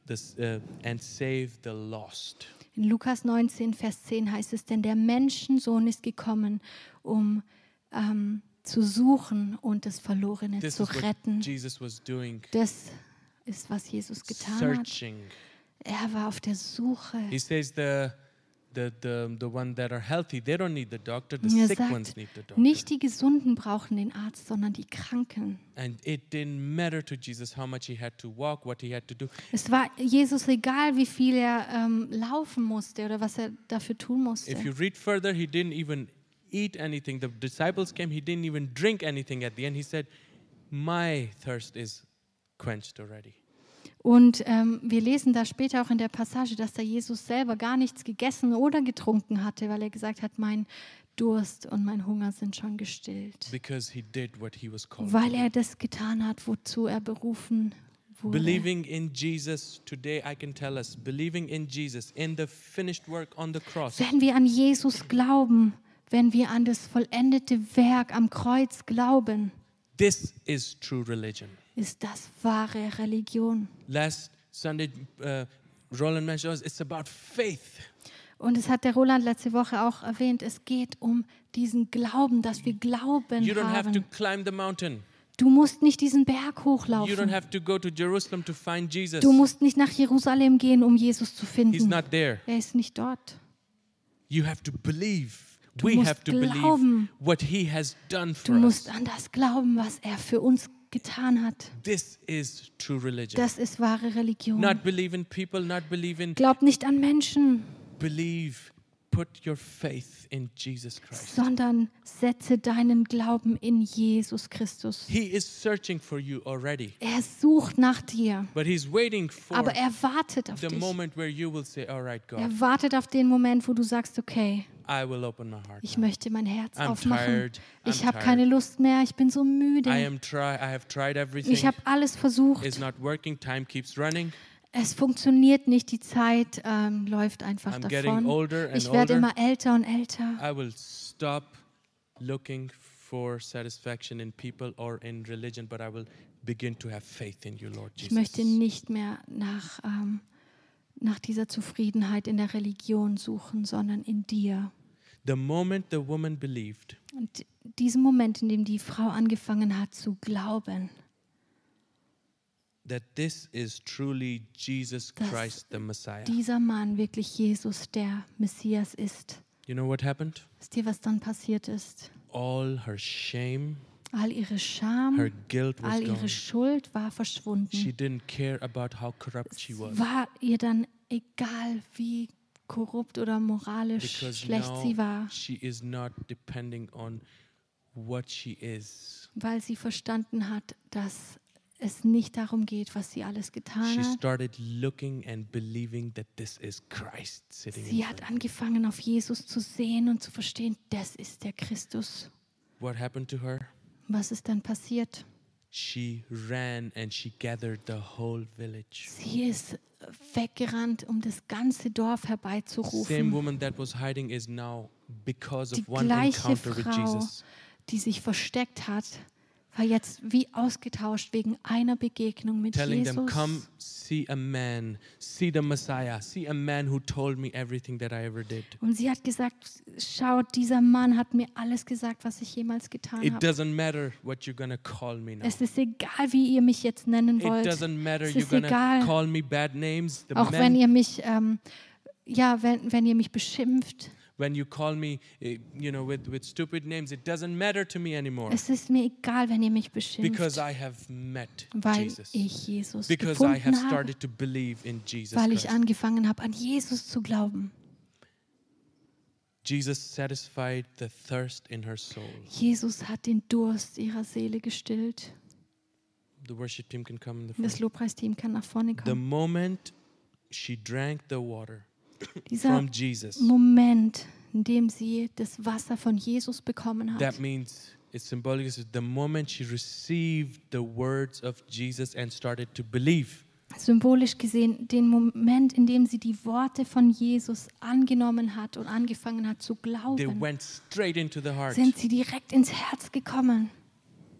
[SPEAKER 1] this uh, and save the lost.
[SPEAKER 2] In Lukas 19, Vers 10 heißt es, denn der Menschensohn ist gekommen, um ähm, zu suchen und das Verlorene
[SPEAKER 1] This
[SPEAKER 2] zu
[SPEAKER 1] is what
[SPEAKER 2] retten.
[SPEAKER 1] Jesus was doing.
[SPEAKER 2] Das ist, was Jesus getan hat.
[SPEAKER 1] Searching.
[SPEAKER 2] Er war auf der Suche.
[SPEAKER 1] He says the the, the the one that are healthy, they don't need the doctor. The
[SPEAKER 2] Und Er
[SPEAKER 1] sick
[SPEAKER 2] sagt,
[SPEAKER 1] ones need the doctor.
[SPEAKER 2] nicht die Gesunden brauchen den Arzt, sondern die Kranken.
[SPEAKER 1] And it didn't matter to Jesus how much he had to walk, what he had to do.
[SPEAKER 2] Es war Jesus egal, wie viel er ähm, laufen musste oder was er dafür tun musste.
[SPEAKER 1] If you read further, he didn't even eat anything. The disciples came, he didn't even drink anything at the end. He said, My thirst is quenched already.
[SPEAKER 2] Und ähm, wir lesen da später auch in der Passage, dass da Jesus selber gar nichts gegessen oder getrunken hatte, weil er gesagt hat, mein Durst und mein Hunger sind schon gestillt.
[SPEAKER 1] Because he did what he was called.
[SPEAKER 2] Weil
[SPEAKER 1] to
[SPEAKER 2] er das getan hat, wozu er berufen
[SPEAKER 1] do.
[SPEAKER 2] wurde.
[SPEAKER 1] Believing in Jesus today, I can tell us, believing in Jesus, in the finished work on the cross,
[SPEAKER 2] Wenn wir an Jesus glauben, wenn wir an das vollendete Werk am Kreuz glauben,
[SPEAKER 1] this is true religion.
[SPEAKER 2] ist das wahre Religion.
[SPEAKER 1] Last Sunday, uh, Roland mentioned it's about faith.
[SPEAKER 2] Und es hat der Roland letzte Woche auch erwähnt, es geht um diesen Glauben, dass wir Glauben
[SPEAKER 1] You don't have to
[SPEAKER 2] haben.
[SPEAKER 1] climb the mountain.
[SPEAKER 2] Du musst nicht diesen Berg
[SPEAKER 1] You don't
[SPEAKER 2] hochlaufen.
[SPEAKER 1] have to go to Jerusalem to find Jesus.
[SPEAKER 2] Du musst nicht nach Jerusalem gehen, um Jesus zu
[SPEAKER 1] He's
[SPEAKER 2] finden.
[SPEAKER 1] not there.
[SPEAKER 2] Er ist nicht dort.
[SPEAKER 1] You have to believe. we
[SPEAKER 2] musst
[SPEAKER 1] have to believe
[SPEAKER 2] glauben.
[SPEAKER 1] what he has done
[SPEAKER 2] Du
[SPEAKER 1] for us.
[SPEAKER 2] musst an das glauben, was er für uns getan hat.
[SPEAKER 1] This is true religion.
[SPEAKER 2] Das ist wahre Religion.
[SPEAKER 1] not believe in people, not believe in
[SPEAKER 2] Glaub nicht an Menschen,
[SPEAKER 1] believe. Put your faith in Jesus Christ.
[SPEAKER 2] sondern setze deinen Glauben in Jesus Christus.
[SPEAKER 1] He is searching for you already,
[SPEAKER 2] Er sucht nach dir,
[SPEAKER 1] but he's waiting for
[SPEAKER 2] aber er wartet auf
[SPEAKER 1] the
[SPEAKER 2] dich.
[SPEAKER 1] moment where you will say, "All right, God,
[SPEAKER 2] Er wartet auf den Moment, wo du sagst, okay,
[SPEAKER 1] I will open my heart.
[SPEAKER 2] ich
[SPEAKER 1] now.
[SPEAKER 2] möchte mein Herz
[SPEAKER 1] I'm
[SPEAKER 2] aufmachen.
[SPEAKER 1] tired. I'm
[SPEAKER 2] Ich habe
[SPEAKER 1] tired.
[SPEAKER 2] keine Lust mehr, ich bin so
[SPEAKER 1] I
[SPEAKER 2] müde.
[SPEAKER 1] am try. I have tried
[SPEAKER 2] Ich
[SPEAKER 1] everything.
[SPEAKER 2] habe alles
[SPEAKER 1] It's
[SPEAKER 2] versucht.
[SPEAKER 1] not working. Time keeps running.
[SPEAKER 2] Es funktioniert nicht, die Zeit ähm, läuft einfach
[SPEAKER 1] I'm getting
[SPEAKER 2] davon.
[SPEAKER 1] older and
[SPEAKER 2] Ich werde
[SPEAKER 1] older. Ah,
[SPEAKER 2] immer älter und älter.
[SPEAKER 1] I will stop looking for satisfaction in people or in religion, but I will begin to have faith in you, Lord
[SPEAKER 2] Ich
[SPEAKER 1] Jesus.
[SPEAKER 2] möchte nicht mehr nach, ähm, nach dieser Zufriedenheit in der Religion suchen, sondern in dir.
[SPEAKER 1] The moment the woman believed,
[SPEAKER 2] Und diesen Moment, in dem die Frau angefangen hat zu glauben,
[SPEAKER 1] that this is truly Jesus
[SPEAKER 2] Das-
[SPEAKER 1] Christ, the Messiah.
[SPEAKER 2] dieser Mann wirklich Jesus, der Messias ist,
[SPEAKER 1] You know what happened?
[SPEAKER 2] Wisst ihr, was dann passiert ist?
[SPEAKER 1] All her shame,
[SPEAKER 2] All ihre
[SPEAKER 1] her
[SPEAKER 2] Scham,
[SPEAKER 1] guilt was
[SPEAKER 2] Mm-hmm. all ihre
[SPEAKER 1] gone.
[SPEAKER 2] Schuld war
[SPEAKER 1] She
[SPEAKER 2] verschwunden.
[SPEAKER 1] didn't care about how corrupt she was.
[SPEAKER 2] War ihr dann egal, wie korrupt oder moralisch
[SPEAKER 1] Because
[SPEAKER 2] schlecht
[SPEAKER 1] now
[SPEAKER 2] sie war,
[SPEAKER 1] she is not depending on what she is.
[SPEAKER 2] weil sie verstanden hat, dass es nicht darum geht, was sie alles
[SPEAKER 1] She
[SPEAKER 2] getan hat.
[SPEAKER 1] started looking and believing that this is Christ sitting in
[SPEAKER 2] Sie
[SPEAKER 1] front.
[SPEAKER 2] hat angefangen, auf Jesus zu sehen und zu verstehen, das ist der Christus.
[SPEAKER 1] What happened to her?
[SPEAKER 2] Was ist dann passiert?
[SPEAKER 1] She ran and she gathered the whole village.
[SPEAKER 2] Sie ist weggerannt, um das ganze Dorf
[SPEAKER 1] Same
[SPEAKER 2] herbeizurufen.
[SPEAKER 1] woman that was hiding is now because
[SPEAKER 2] die
[SPEAKER 1] of one
[SPEAKER 2] gleiche
[SPEAKER 1] encounter with
[SPEAKER 2] Frau,
[SPEAKER 1] Jesus.
[SPEAKER 2] die sich versteckt hat, war jetzt wie ausgetauscht wegen einer Begegnung mit
[SPEAKER 1] telling them,
[SPEAKER 2] Jesus.
[SPEAKER 1] Come see a man, see the Messiah, see a man who told me everything that I ever did.
[SPEAKER 2] Und sie hat gesagt, schaut, dieser Mann hat mir alles gesagt, was ich jemals getan
[SPEAKER 1] It
[SPEAKER 2] habe.
[SPEAKER 1] doesn't matter what you're going to call me now.
[SPEAKER 2] Es ist egal, wie ihr mich jetzt nennen
[SPEAKER 1] It
[SPEAKER 2] wollt.
[SPEAKER 1] doesn't matter
[SPEAKER 2] Es
[SPEAKER 1] you're
[SPEAKER 2] ist
[SPEAKER 1] going to
[SPEAKER 2] egal,
[SPEAKER 1] call me bad names. The
[SPEAKER 2] auch wenn
[SPEAKER 1] men,
[SPEAKER 2] ihr mich, ähm, ja, wenn, wenn ihr mich beschimpft.
[SPEAKER 1] when you call me, eh, you know, with, with stupid names, it doesn't matter to me anymore
[SPEAKER 2] Es ist mir egal, wenn ihr mich
[SPEAKER 1] because
[SPEAKER 2] beschimpft,
[SPEAKER 1] I have met
[SPEAKER 2] weil
[SPEAKER 1] Jesus.
[SPEAKER 2] ich Jesus
[SPEAKER 1] Because I have
[SPEAKER 2] gefunden habe,
[SPEAKER 1] started to believe in Jesus
[SPEAKER 2] weil ich
[SPEAKER 1] Christ.
[SPEAKER 2] angefangen habe, an Jesus zu glauben.
[SPEAKER 1] Jesus satisfied the thirst in her soul.
[SPEAKER 2] Jesus hat den Durst ihrer Seele gestillt.
[SPEAKER 1] The worship team can come in the
[SPEAKER 2] Das
[SPEAKER 1] front.
[SPEAKER 2] Lobpreisteam kann nach vorne
[SPEAKER 1] The
[SPEAKER 2] kommen.
[SPEAKER 1] moment she drank the water
[SPEAKER 2] Dieser
[SPEAKER 1] from Jesus,
[SPEAKER 2] Moment, in dem sie das Wasser von Jesus bekommen hat,
[SPEAKER 1] that means it's symbolic. It's the moment she received the words of Jesus and started to believe.
[SPEAKER 2] symbolisch gesehen, den Moment, in dem sie die Worte von Jesus angenommen hat und angefangen hat zu
[SPEAKER 1] They
[SPEAKER 2] glauben,
[SPEAKER 1] went straight into the heart.
[SPEAKER 2] sind sie direkt ins Herz gekommen.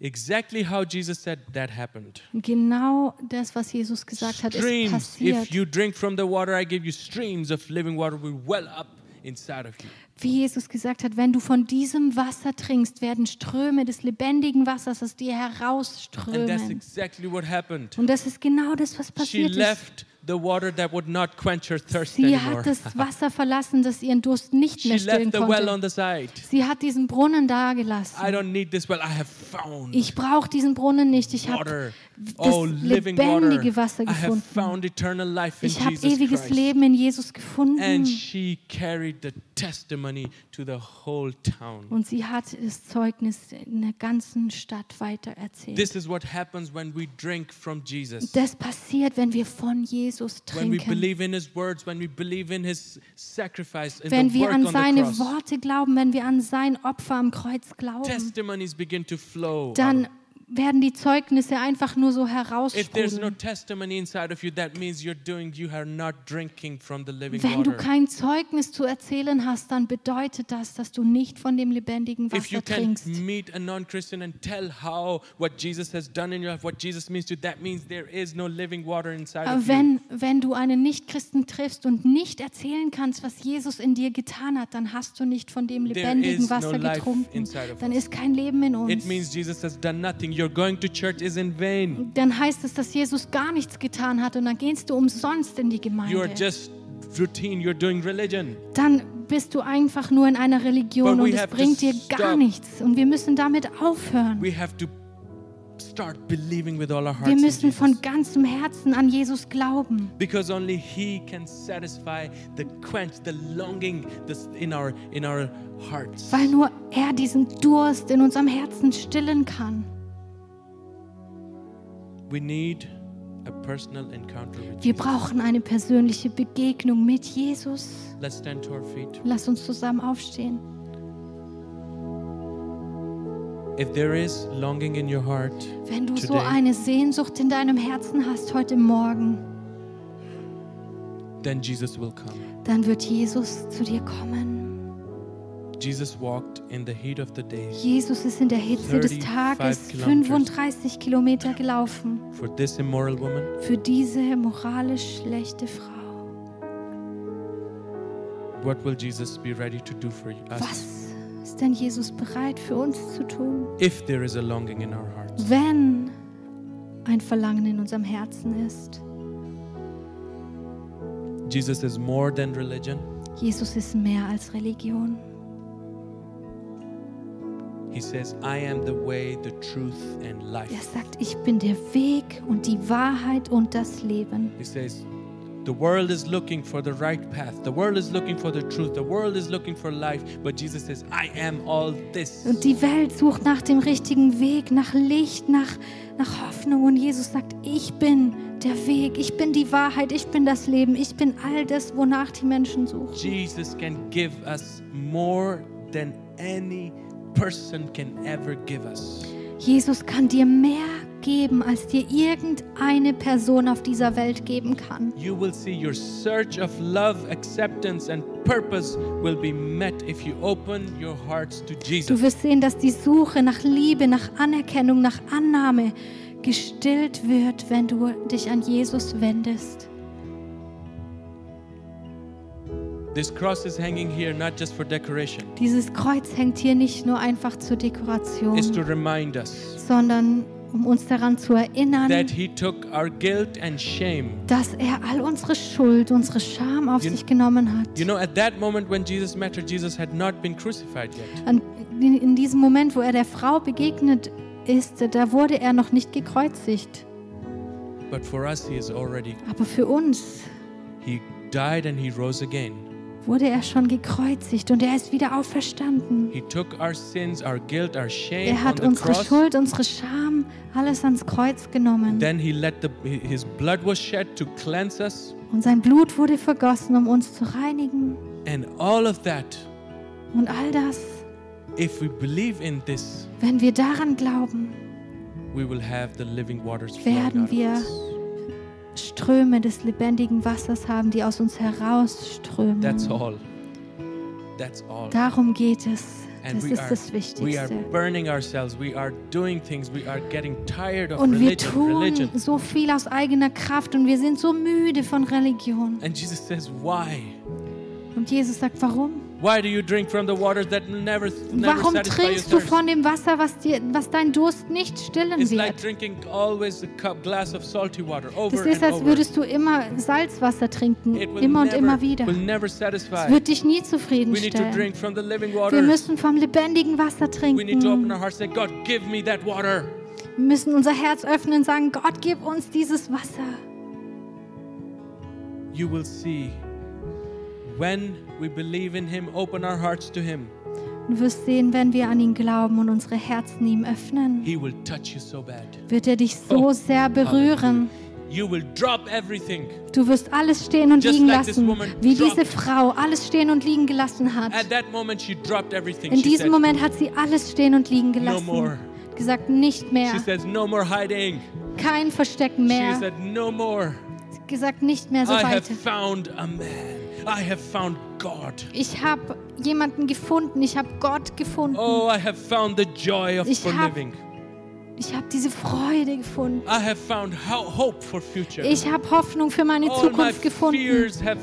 [SPEAKER 1] Exactly how Jesus said that happened.
[SPEAKER 2] Und genau das, was Jesus gesagt hat, ist
[SPEAKER 1] Streams. If
[SPEAKER 2] passiert.
[SPEAKER 1] you drink from the water I give you, streams of living water will well up inside of you.
[SPEAKER 2] Wie Jesus gesagt hat, wenn du von diesem Wasser trinkst, werden Ströme des lebendigen Wassers aus dir
[SPEAKER 1] And that's
[SPEAKER 2] herausströmen.
[SPEAKER 1] exactly what happened.
[SPEAKER 2] Und das ist genau das, was
[SPEAKER 1] She
[SPEAKER 2] passiert ist.
[SPEAKER 1] left the water that would not quench her thirst
[SPEAKER 2] Sie
[SPEAKER 1] anymore.
[SPEAKER 2] hat das Wasser verlassen, das ihren Durst nicht
[SPEAKER 1] She
[SPEAKER 2] mehr stillen
[SPEAKER 1] left the well
[SPEAKER 2] konnte.
[SPEAKER 1] on the side.
[SPEAKER 2] Sie hat diesen Brunnen da
[SPEAKER 1] I
[SPEAKER 2] gelassen.
[SPEAKER 1] don't need this well. I have found
[SPEAKER 2] Ich brauche diesen Brunnen nicht. Ich habe
[SPEAKER 1] water.
[SPEAKER 2] das
[SPEAKER 1] Oh, living
[SPEAKER 2] lebendige
[SPEAKER 1] water.
[SPEAKER 2] Wasser
[SPEAKER 1] I have
[SPEAKER 2] gefunden.
[SPEAKER 1] found eternal life in
[SPEAKER 2] Ich habe
[SPEAKER 1] Jesus
[SPEAKER 2] ewiges
[SPEAKER 1] Christ.
[SPEAKER 2] Leben in Jesus
[SPEAKER 1] And
[SPEAKER 2] gefunden.
[SPEAKER 1] she carried the testimony to the whole town.
[SPEAKER 2] Und sie hat das Zeugnis in der ganzen Stadt weitererzählt.
[SPEAKER 1] This is what happens when we drink from Jesus.
[SPEAKER 2] Das passiert, wenn wir von Jesus
[SPEAKER 1] When we
[SPEAKER 2] trinken.
[SPEAKER 1] believe in his words, when we believe in his sacrifice, in
[SPEAKER 2] Wenn
[SPEAKER 1] the
[SPEAKER 2] wir
[SPEAKER 1] work
[SPEAKER 2] an
[SPEAKER 1] on the
[SPEAKER 2] seine
[SPEAKER 1] cross,
[SPEAKER 2] Worte glauben, wenn wir an sein Opfer am Kreuz glauben,
[SPEAKER 1] testimonies begin to flow. out.
[SPEAKER 2] dann werden die Zeugnisse einfach nur so
[SPEAKER 1] If there's no
[SPEAKER 2] heraussprudeln.
[SPEAKER 1] testimony inside of you, that means you're doing, you are not drinking from the living
[SPEAKER 2] Wenn du
[SPEAKER 1] water.
[SPEAKER 2] kein Zeugnis zu erzählen hast, dann bedeutet das, dass du nicht von dem lebendigen
[SPEAKER 1] If you
[SPEAKER 2] Wasser
[SPEAKER 1] can
[SPEAKER 2] trinkst.
[SPEAKER 1] meet a non-Christian and tell how what Jesus has done in your life, what Jesus means to you, that means there is no living water inside
[SPEAKER 2] Aber
[SPEAKER 1] of you.
[SPEAKER 2] Äh, wenn, wenn du einen Nichtchristen triffst und nicht erzählen kannst, was Jesus in dir getan hat, dann hast du nicht von dem
[SPEAKER 1] There
[SPEAKER 2] lebendigen
[SPEAKER 1] is no
[SPEAKER 2] Wasser
[SPEAKER 1] life
[SPEAKER 2] getrunken.
[SPEAKER 1] inside of
[SPEAKER 2] Dann
[SPEAKER 1] us.
[SPEAKER 2] ist kein Leben in
[SPEAKER 1] It
[SPEAKER 2] uns.
[SPEAKER 1] means Jesus has done nothing. You're going to church is in vain.
[SPEAKER 2] Dann heißt es, dass Jesus gar nichts getan hat und dann gehst du umsonst in die
[SPEAKER 1] You are
[SPEAKER 2] Gemeinde.
[SPEAKER 1] just routine. You're doing religion.
[SPEAKER 2] dann bist du einfach nur in einer Religion
[SPEAKER 1] But we
[SPEAKER 2] und es
[SPEAKER 1] have to
[SPEAKER 2] bringt dir
[SPEAKER 1] stop.
[SPEAKER 2] gar nichts. Und wir müssen damit aufhören.
[SPEAKER 1] We have to start believing with all our hearts
[SPEAKER 2] Wir
[SPEAKER 1] in
[SPEAKER 2] müssen
[SPEAKER 1] Jesus.
[SPEAKER 2] von ganzem Herzen an Jesus glauben.
[SPEAKER 1] because only he can satisfy the quench the longing this in our in our hearts
[SPEAKER 2] Weil nur er diesen Durst in unserem Herzen stillen kann.
[SPEAKER 1] we need a personal encounter with
[SPEAKER 2] Wir
[SPEAKER 1] jesus
[SPEAKER 2] brauchen eine persönliche Begegnung mit Jesus.
[SPEAKER 1] let's stand to our feet
[SPEAKER 2] Lass uns zusammen aufstehen.
[SPEAKER 1] if there is longing in your heart
[SPEAKER 2] Wenn du so
[SPEAKER 1] Today.
[SPEAKER 2] eine Sehnsucht in deinem Herzen hast heute Morgen,
[SPEAKER 1] then jesus will come
[SPEAKER 2] dann wird Jesus zu dir kommen.
[SPEAKER 1] jesus walked in the heat of the day
[SPEAKER 2] Jesus ist in der Hitze des
[SPEAKER 1] 35
[SPEAKER 2] Tages
[SPEAKER 1] Kilometers.
[SPEAKER 2] 35 Kilometer gelaufen.
[SPEAKER 1] for this immoral woman
[SPEAKER 2] für diese moralisch schlechte Frau.
[SPEAKER 1] what will jesus be ready to do for you- us
[SPEAKER 2] Was ist denn Jesus bereit für uns zu tun,
[SPEAKER 1] if there is a longing in our hearts
[SPEAKER 2] wenn ein Verlangen in unserem Herzen ist?
[SPEAKER 1] jesus is more than religion
[SPEAKER 2] Jesus ist mehr als Religion.
[SPEAKER 1] he says i am the way the truth and life
[SPEAKER 2] Er sagt, ich bin der Weg und die Wahrheit und das Leben.
[SPEAKER 1] He says, The world is looking for the right path. The world is looking for the truth. The world is looking for life. But Jesus says, I am all this.
[SPEAKER 2] Und die Welt sucht nach dem richtigen Weg, nach Licht, nach, nach Hoffnung. Und Jesus sagt, ich bin der Weg, ich bin die Wahrheit, ich bin das Leben, ich bin all das, wonach die Menschen suchen.
[SPEAKER 1] Jesus can give us more than any person can ever give us.
[SPEAKER 2] Jesus kann dir mehr geben, als dir irgendeine Person auf dieser Welt geben kann.
[SPEAKER 1] You will see your search of love, acceptance, and purpose will be met if you open your hearts to
[SPEAKER 2] Du
[SPEAKER 1] Jesus.
[SPEAKER 2] wirst sehen, dass die Suche nach Liebe, nach Anerkennung, nach Annahme gestillt wird, wenn du dich an Jesus wendest.
[SPEAKER 1] This cross is hanging here not just for decoration,
[SPEAKER 2] Dieses Kreuz hängt hier nicht nur einfach zur Dekoration,
[SPEAKER 1] it's to remind us
[SPEAKER 2] sondern um uns daran zu erinnern,
[SPEAKER 1] that He took our guilt and shame.
[SPEAKER 2] dass er all unsere Schuld, unsere Scham auf
[SPEAKER 1] You-
[SPEAKER 2] sich genommen hat.
[SPEAKER 1] You know, at that moment when Jesus met her, Jesus had not been crucified yet.
[SPEAKER 2] An, in, in diesem Moment, wo er der Frau begegnet ist, da wurde er noch nicht gekreuzigt.
[SPEAKER 1] But for us, He is already.
[SPEAKER 2] Aber für uns
[SPEAKER 1] He died and He rose again.
[SPEAKER 2] wurde er schon gekreuzigt und er ist wieder auferstanden.
[SPEAKER 1] He took our sins, our guilt, our shame
[SPEAKER 2] Er
[SPEAKER 1] on
[SPEAKER 2] hat
[SPEAKER 1] the
[SPEAKER 2] unsere
[SPEAKER 1] cross.
[SPEAKER 2] Schuld, unsere Scham, alles ans Kreuz genommen.
[SPEAKER 1] Then he let the his blood was shed to cleanse us,
[SPEAKER 2] Und sein Blut wurde vergossen, um uns zu reinigen.
[SPEAKER 1] and all of that,
[SPEAKER 2] Und all das,
[SPEAKER 1] if we believe in this,
[SPEAKER 2] wenn wir daran glauben,
[SPEAKER 1] we will have the living waters flowing
[SPEAKER 2] Werden
[SPEAKER 1] out of
[SPEAKER 2] wir-
[SPEAKER 1] us.
[SPEAKER 2] Ströme des lebendigen Wassers haben, die aus uns
[SPEAKER 1] That's
[SPEAKER 2] herausströmen.
[SPEAKER 1] all. That's all.
[SPEAKER 2] Darum geht es.
[SPEAKER 1] and
[SPEAKER 2] Das
[SPEAKER 1] we
[SPEAKER 2] ist
[SPEAKER 1] are,
[SPEAKER 2] das
[SPEAKER 1] we are
[SPEAKER 2] Wichtigste.
[SPEAKER 1] burning ourselves. We are doing things. We are getting tired of
[SPEAKER 2] Und wir
[SPEAKER 1] religion.
[SPEAKER 2] tun
[SPEAKER 1] religion.
[SPEAKER 2] so viel aus eigener Kraft und wir sind so müde von Religion.
[SPEAKER 1] And Jesus says, "Why?
[SPEAKER 2] Und Jesus sagt, warum?
[SPEAKER 1] Why do you drink from the waters that never, never
[SPEAKER 2] Warum
[SPEAKER 1] satisfy your
[SPEAKER 2] trinkst du
[SPEAKER 1] thirst?
[SPEAKER 2] von dem Wasser, was, dir, was dein Durst nicht stillen
[SPEAKER 1] It's like
[SPEAKER 2] wird?
[SPEAKER 1] drinking always a cup, glass of salty water
[SPEAKER 2] Das
[SPEAKER 1] over
[SPEAKER 2] ist,
[SPEAKER 1] and
[SPEAKER 2] als
[SPEAKER 1] over.
[SPEAKER 2] würdest du immer Salzwasser trinken,
[SPEAKER 1] It will
[SPEAKER 2] immer und
[SPEAKER 1] never-
[SPEAKER 2] immer wieder.
[SPEAKER 1] Will
[SPEAKER 2] Es
[SPEAKER 1] never satisfy.
[SPEAKER 2] wird dich nie
[SPEAKER 1] we need to
[SPEAKER 2] zufriedenstellen.
[SPEAKER 1] drink from the living
[SPEAKER 2] Wir
[SPEAKER 1] water.
[SPEAKER 2] müssen vom lebendigen Wasser
[SPEAKER 1] We need to open
[SPEAKER 2] trinken.
[SPEAKER 1] our hearts and say, God, give me that water.
[SPEAKER 2] Wir müssen unser Herz öffnen und sagen, Gott, gib uns dieses Wasser.
[SPEAKER 1] You will see when we believe in Him, open our hearts to Him,
[SPEAKER 2] Du wirst sehen, wenn wir an ihn glauben und unsere Herzen ihm öffnen,
[SPEAKER 1] He will touch you so bad.
[SPEAKER 2] wird er dich so
[SPEAKER 1] Oh,
[SPEAKER 2] sehr berühren.
[SPEAKER 1] You will drop everything.
[SPEAKER 2] Du wirst alles stehen und
[SPEAKER 1] Just
[SPEAKER 2] liegen
[SPEAKER 1] like this
[SPEAKER 2] lassen,
[SPEAKER 1] woman
[SPEAKER 2] wie diese
[SPEAKER 1] dropped.
[SPEAKER 2] Frau alles stehen und liegen gelassen hat.
[SPEAKER 1] At that moment, she dropped everything.
[SPEAKER 2] In
[SPEAKER 1] she said,
[SPEAKER 2] diesem Moment hat sie alles stehen und liegen
[SPEAKER 1] more.
[SPEAKER 2] gelassen. Gesagt, nicht
[SPEAKER 1] She
[SPEAKER 2] mehr,
[SPEAKER 1] says, No more hiding.
[SPEAKER 2] kein Verstecken
[SPEAKER 1] She
[SPEAKER 2] mehr.
[SPEAKER 1] said, No more.
[SPEAKER 2] Gesagt, nicht mehr so
[SPEAKER 1] I have
[SPEAKER 2] weiter.
[SPEAKER 1] found a man. I have found God.
[SPEAKER 2] Ich habe jemanden gefunden, ich habe Gott gefunden.
[SPEAKER 1] Oh, I have found the joy of
[SPEAKER 2] Ich
[SPEAKER 1] for
[SPEAKER 2] hab-
[SPEAKER 1] living.
[SPEAKER 2] Ich habe diese Freude gefunden.
[SPEAKER 1] I have found ho- hope for future.
[SPEAKER 2] Ich habe Hoffnung für meine
[SPEAKER 1] All my
[SPEAKER 2] Zukunft gefunden.
[SPEAKER 1] fears have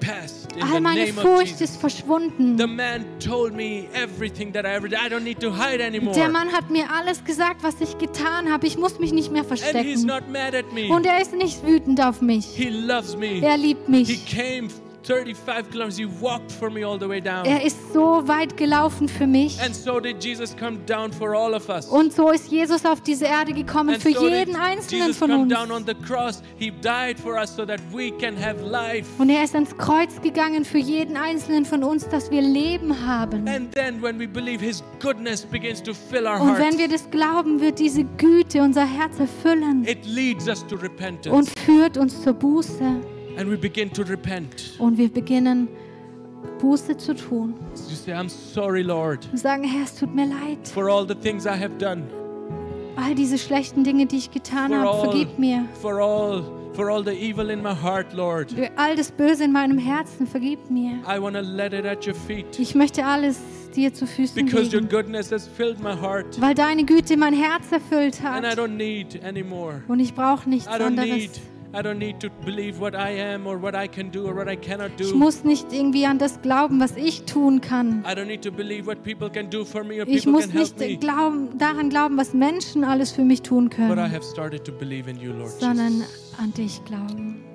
[SPEAKER 1] passed in
[SPEAKER 2] All
[SPEAKER 1] the
[SPEAKER 2] meine
[SPEAKER 1] name of
[SPEAKER 2] Furcht
[SPEAKER 1] Jesus.
[SPEAKER 2] ist verschwunden.
[SPEAKER 1] The man told me everything that I ever did. I don't need to hide anymore.
[SPEAKER 2] Der Mann hat mir alles gesagt, was ich getan habe. Ich muss mich nicht mehr
[SPEAKER 1] and he's
[SPEAKER 2] verstecken.
[SPEAKER 1] not mad at me.
[SPEAKER 2] Und er ist nicht wütend auf mich.
[SPEAKER 1] He loves me.
[SPEAKER 2] Er liebt
[SPEAKER 1] He
[SPEAKER 2] mich.
[SPEAKER 1] came 35 kilometers. He walked for me all the way down.
[SPEAKER 2] Er ist so weit gelaufen für mich.
[SPEAKER 1] and so did Jesus come down for all of us.
[SPEAKER 2] Und so ist Jesus auf diese Erde gekommen
[SPEAKER 1] and
[SPEAKER 2] für
[SPEAKER 1] so
[SPEAKER 2] jeden
[SPEAKER 1] did
[SPEAKER 2] einzelnen
[SPEAKER 1] Jesus
[SPEAKER 2] von
[SPEAKER 1] come
[SPEAKER 2] uns.
[SPEAKER 1] down on the cross. He died for us so that we can have life.
[SPEAKER 2] Und er ist ans Kreuz gegangen für jeden einzelnen von uns, dass wir Leben haben.
[SPEAKER 1] And then when we believe his goodness begins to fill our
[SPEAKER 2] Und
[SPEAKER 1] hearts.
[SPEAKER 2] wenn wir das glauben, wird diese Güte unser Herz erfüllen
[SPEAKER 1] It leads us to repentance.
[SPEAKER 2] und führt uns zur Buße.
[SPEAKER 1] and we begin to repent.
[SPEAKER 2] Und wir beginnen, Buße zu tun.
[SPEAKER 1] You say, I'm sorry, Lord,
[SPEAKER 2] Und sagen, Herr, es tut mir leid.
[SPEAKER 1] for all the things I have done.
[SPEAKER 2] All diese schlechten Dinge, die ich getan
[SPEAKER 1] For
[SPEAKER 2] habe,
[SPEAKER 1] all,
[SPEAKER 2] vergib mir.
[SPEAKER 1] For all, for all the evil in my heart, Lord.
[SPEAKER 2] Für all das Böse in meinem Herzen, vergib mir.
[SPEAKER 1] I want to let it at your feet.
[SPEAKER 2] Ich möchte alles dir zu Füßen
[SPEAKER 1] Because your
[SPEAKER 2] legen,
[SPEAKER 1] goodness has filled my heart.
[SPEAKER 2] weil deine Güte mein Herz erfüllt
[SPEAKER 1] And I
[SPEAKER 2] hat.
[SPEAKER 1] don't need anymore.
[SPEAKER 2] Und ich brauche nichts
[SPEAKER 1] I don't need.
[SPEAKER 2] anderes.
[SPEAKER 1] I don't need to believe what I am or what I can do or what I cannot
[SPEAKER 2] Ich
[SPEAKER 1] do.
[SPEAKER 2] muss nicht irgendwie an das glauben, was ich tun kann.
[SPEAKER 1] I don't need to believe what people can do for me or
[SPEAKER 2] Ich
[SPEAKER 1] people
[SPEAKER 2] muss
[SPEAKER 1] can help
[SPEAKER 2] nicht
[SPEAKER 1] me.
[SPEAKER 2] glauben, daran glauben, was Menschen alles für mich tun
[SPEAKER 1] But I
[SPEAKER 2] können,
[SPEAKER 1] have started to believe in you, Lord
[SPEAKER 2] sondern
[SPEAKER 1] Jesus.
[SPEAKER 2] an dich glauben.